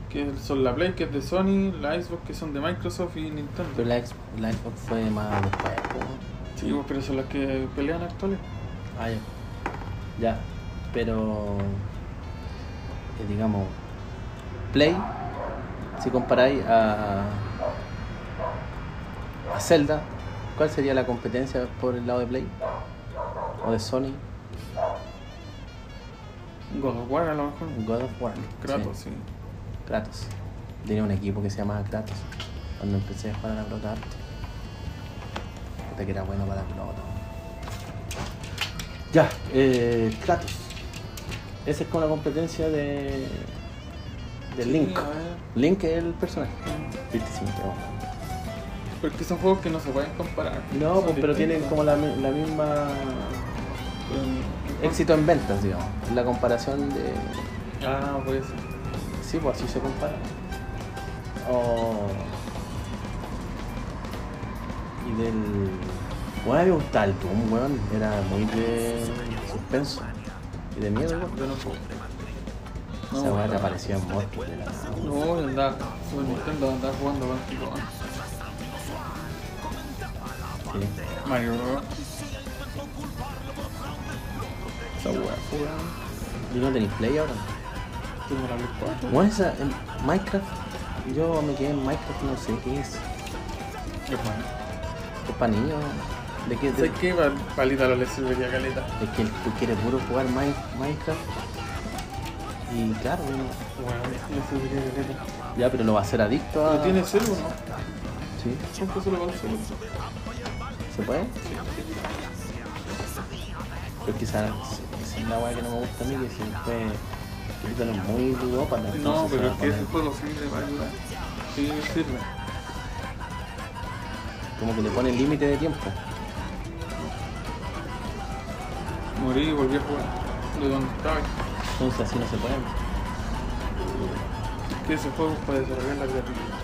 Speaker 7: Que son la Play, que es de Sony, la Xbox, que son de Microsoft y Nintendo.
Speaker 3: Pero la, Xbox- la Xbox fue más después. po, weón.
Speaker 7: Sí, pues, pero son las que pelean actuales.
Speaker 3: Ah, ya. Ya. Pero. eh, digamos. Play. Si comparáis a. A Zelda. ¿Cuál sería la competencia por el lado de Play? ¿O de Sony?
Speaker 7: God of War a lo mejor.
Speaker 3: God of War.
Speaker 7: Kratos,
Speaker 3: Sí,
Speaker 7: sí.
Speaker 3: Kratos. Tenía un equipo que se llamaba Kratos. Cuando empecé a jugar a la pelota harto. Puta que era bueno para la pelota. Ya, eh, Kratos. Esa es como la competencia de. de
Speaker 7: Sí,
Speaker 3: Link.
Speaker 7: a ver.
Speaker 3: Link es el personaje. 25, pero bueno.
Speaker 7: Porque son juegos que no se pueden comparar.
Speaker 3: No,
Speaker 7: Son
Speaker 3: pues, pero tienen
Speaker 7: distintos.
Speaker 3: como la, mi- la misma.
Speaker 7: Pero-
Speaker 3: éxito en ventas, digamos. La comparación de.
Speaker 7: Ah, por eso.
Speaker 3: Sí, pues así se compara. Oh. O... Y del... Bueno, había un tal Doom, weón. Era muy de suspenso. Y de miedo, weón.
Speaker 7: Yo no puedo.
Speaker 3: Esa
Speaker 7: No,
Speaker 3: weá te
Speaker 7: no.
Speaker 3: aparecía en Morty de la nada, weón.
Speaker 7: No, yo andaba, Super Nintendo andaba jugando Donkey Kong.
Speaker 3: Sí.
Speaker 7: Mario Bros. Esa weá, jugaba.
Speaker 3: ¿Y no tenéis play ahora?
Speaker 7: Tengo la Play 4.
Speaker 3: Bueno, esa... en Minecraft... Yo me quedé en Minecraft, no sé qué es.
Speaker 7: Hermano.
Speaker 3: ¿Es pa' niños? ¿De qué? De,
Speaker 7: Sé que pa- palita lo le serviría caleta.
Speaker 3: de que tú quieres puro jugar Min- Minecraft. Y claro, weón.
Speaker 7: Bueno, le serviría caleta.
Speaker 3: Ya, pero lo va a hacer adicto a...
Speaker 7: Pero tiene celu, ¿no?
Speaker 3: Sí.
Speaker 7: Son cosas lo celu.
Speaker 3: ¿Se puede? Pero quizás es es la weá que no me gusta a mí, que se fue Quítalo muy ludópata.
Speaker 7: No,
Speaker 3: entonces se
Speaker 7: pero
Speaker 3: va a
Speaker 7: es que ese
Speaker 3: poner-
Speaker 7: juego sirve para ayudar. ah, Sí, sirve.
Speaker 3: Como que le pone límite de tiempo.
Speaker 7: Morí y volví a jugar. De donde estaba.
Speaker 3: Entonces así no se puede.
Speaker 7: que ese juego para desarrollar la creatividad.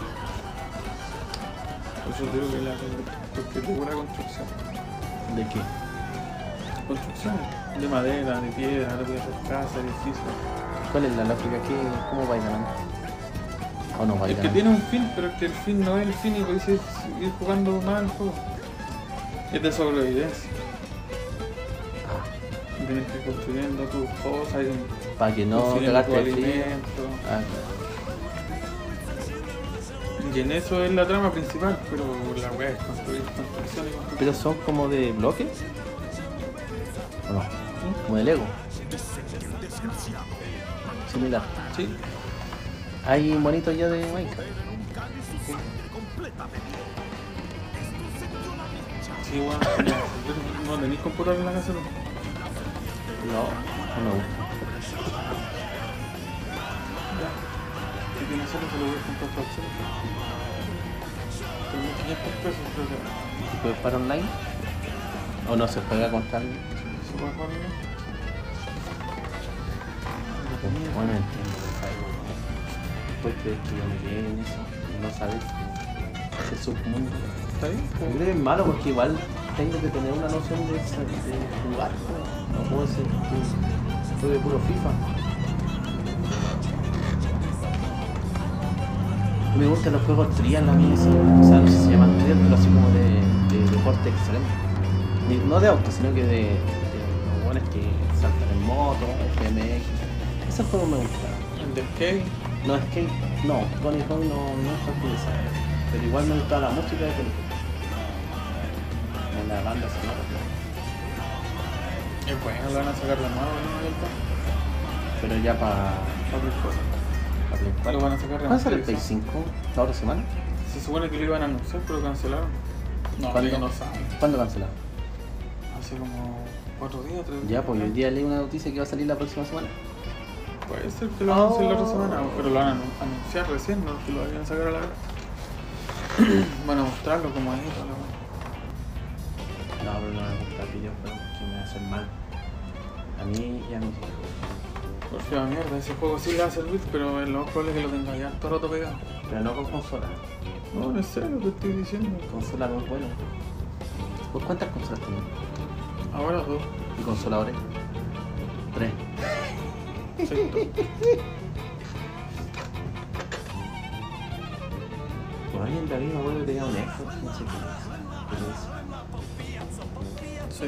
Speaker 7: Por eso digo que la porque tuvo una construcción.
Speaker 3: ¿De qué?
Speaker 7: Construcción de madera, de piedra, de piezas, casas, edificios.
Speaker 3: ¿Cuál es la lógica? ¿Qué, ¿Cómo va ganando? ¿O no va
Speaker 7: Es que tiene un fin, pero es que el fin no es el fin y podéis ir, ir jugando más el juego. Es de sobrevivencia. Tienes que ir construyendo tus cosas y
Speaker 3: Para que no
Speaker 7: consiguiendo tu
Speaker 3: cagarte de frío.
Speaker 7: alimento.
Speaker 3: Ah, claro.
Speaker 7: Y en eso es la trama principal, pero la weá es construir construcción y construcción.
Speaker 3: Pero son como de bloques. ¿O no?
Speaker 7: ¿Sí?
Speaker 3: Como de Lego. Similar.
Speaker 7: Sí.
Speaker 3: Hay monitos ya de Minecraft.
Speaker 7: Sí, bueno, no tenéis computador en la casa, no.
Speaker 3: No, no me gusta.
Speaker 7: Si tienes solo, se lo voy a comprar por cero. Tengo 500 pesos, creo que
Speaker 3: ¿Se puede jugar online? ¿O no se juega con alguien?
Speaker 7: se puede jugar, ¿no?
Speaker 3: Bueno, entiendo. Pues crees que yo me quedé en eso. No sabes ese submundo.
Speaker 7: ¿Está bien?
Speaker 3: Yo creo que es malo porque igual tengo que tener una noción de, esa- de jugar. ¿no? No puedo ser que soy de puro FIFA. Me gustan los juegos trial a mí, sí. o sea, no sé si se llaman trial, pero así como de, de deporte extremo. Ni- No de auto, sino que de, de los buenos que saltan en moto, FMX. Esos juegos me gustan.
Speaker 7: El de skate,
Speaker 3: No, es que no, Tony Hawk no, no es japonesa, pero igual me gustaba la música de Tony Hawk. Como la banda sonora.
Speaker 7: es Eh, bueno, lo van a sacar de nuevo, ¿no? Ahorita,
Speaker 3: Pero ya para
Speaker 7: para Play cuatro.
Speaker 3: pa Play
Speaker 7: Lo
Speaker 3: 4.
Speaker 7: van a sacar de
Speaker 3: ¿Cuándo sale el
Speaker 7: Play
Speaker 3: Play 5? ¿La otra semana?
Speaker 7: cuatro. Se supone que lo iban a anunciar, pero cancelaron. No,
Speaker 3: ¿Cuándo?
Speaker 7: digo, no saben.
Speaker 3: ¿Cuándo cancelaron?
Speaker 7: Hace como 4 días, 3 días.
Speaker 3: Ya, pues hoy día leí una noticia que va a salir la próxima semana.
Speaker 7: Puede ser que lo anuncien la
Speaker 3: Oh.
Speaker 7: otra semana, pero lo van a anu- anunciar recién, no que lo vayan a sacar a la vez. van a mostrarlo como es. a la vez.
Speaker 3: No, pero no me gusta el videojuego porque me hacen mal. A mí y a mis hijos.
Speaker 7: Porque la mierda, ese juego sí le va a servir, pero lo más probable es que lo tenga ya todo roto pegado.
Speaker 3: Pero no con consola.
Speaker 7: No, no sé lo que estoy diciendo.
Speaker 3: Consola no es bueno. ¿Vos cuántas consolas tenés?
Speaker 7: Ahora dos.
Speaker 3: ¿Y consoladores? Tres.
Speaker 7: Soy tonto.
Speaker 3: Por ahí en David me acuerdo que tenía un Xbox, no sé qué. Pero es-
Speaker 7: Se,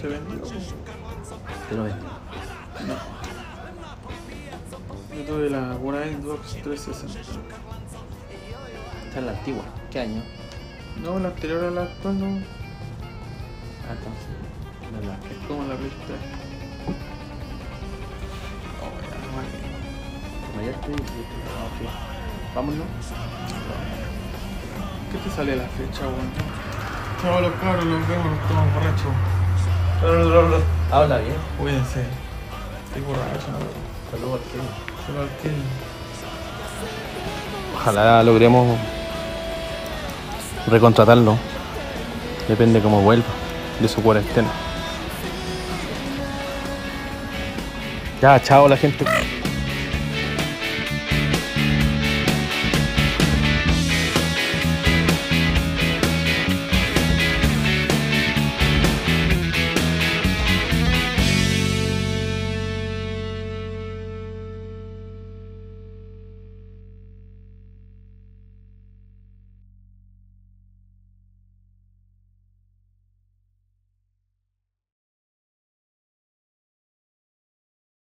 Speaker 7: se vendió. pues. po.
Speaker 3: Te lo vendí.
Speaker 7: Yo tuve la buena Xbox 360.
Speaker 3: Esta es la antigua. ¿Qué año?
Speaker 7: No, la anterior a la actual no.
Speaker 3: Ah, entonces. no es la-
Speaker 7: Es como la vista. Oh, ya, no vale.
Speaker 3: la mayor que- Ah, ok. Vámonos.
Speaker 7: ¿Qué te sale la fecha, weón? Chao, los cabros, los vemos, nos tomamos borrachos.
Speaker 3: Habla bien.
Speaker 7: Cuídense. Estoy borracho, ¿no?
Speaker 3: Saludos al Kevin.
Speaker 7: Solo al que.
Speaker 1: Ojalá logremos recontratarlo. Depende cómo vuelva de su cuarentena. Ya, chao la gente.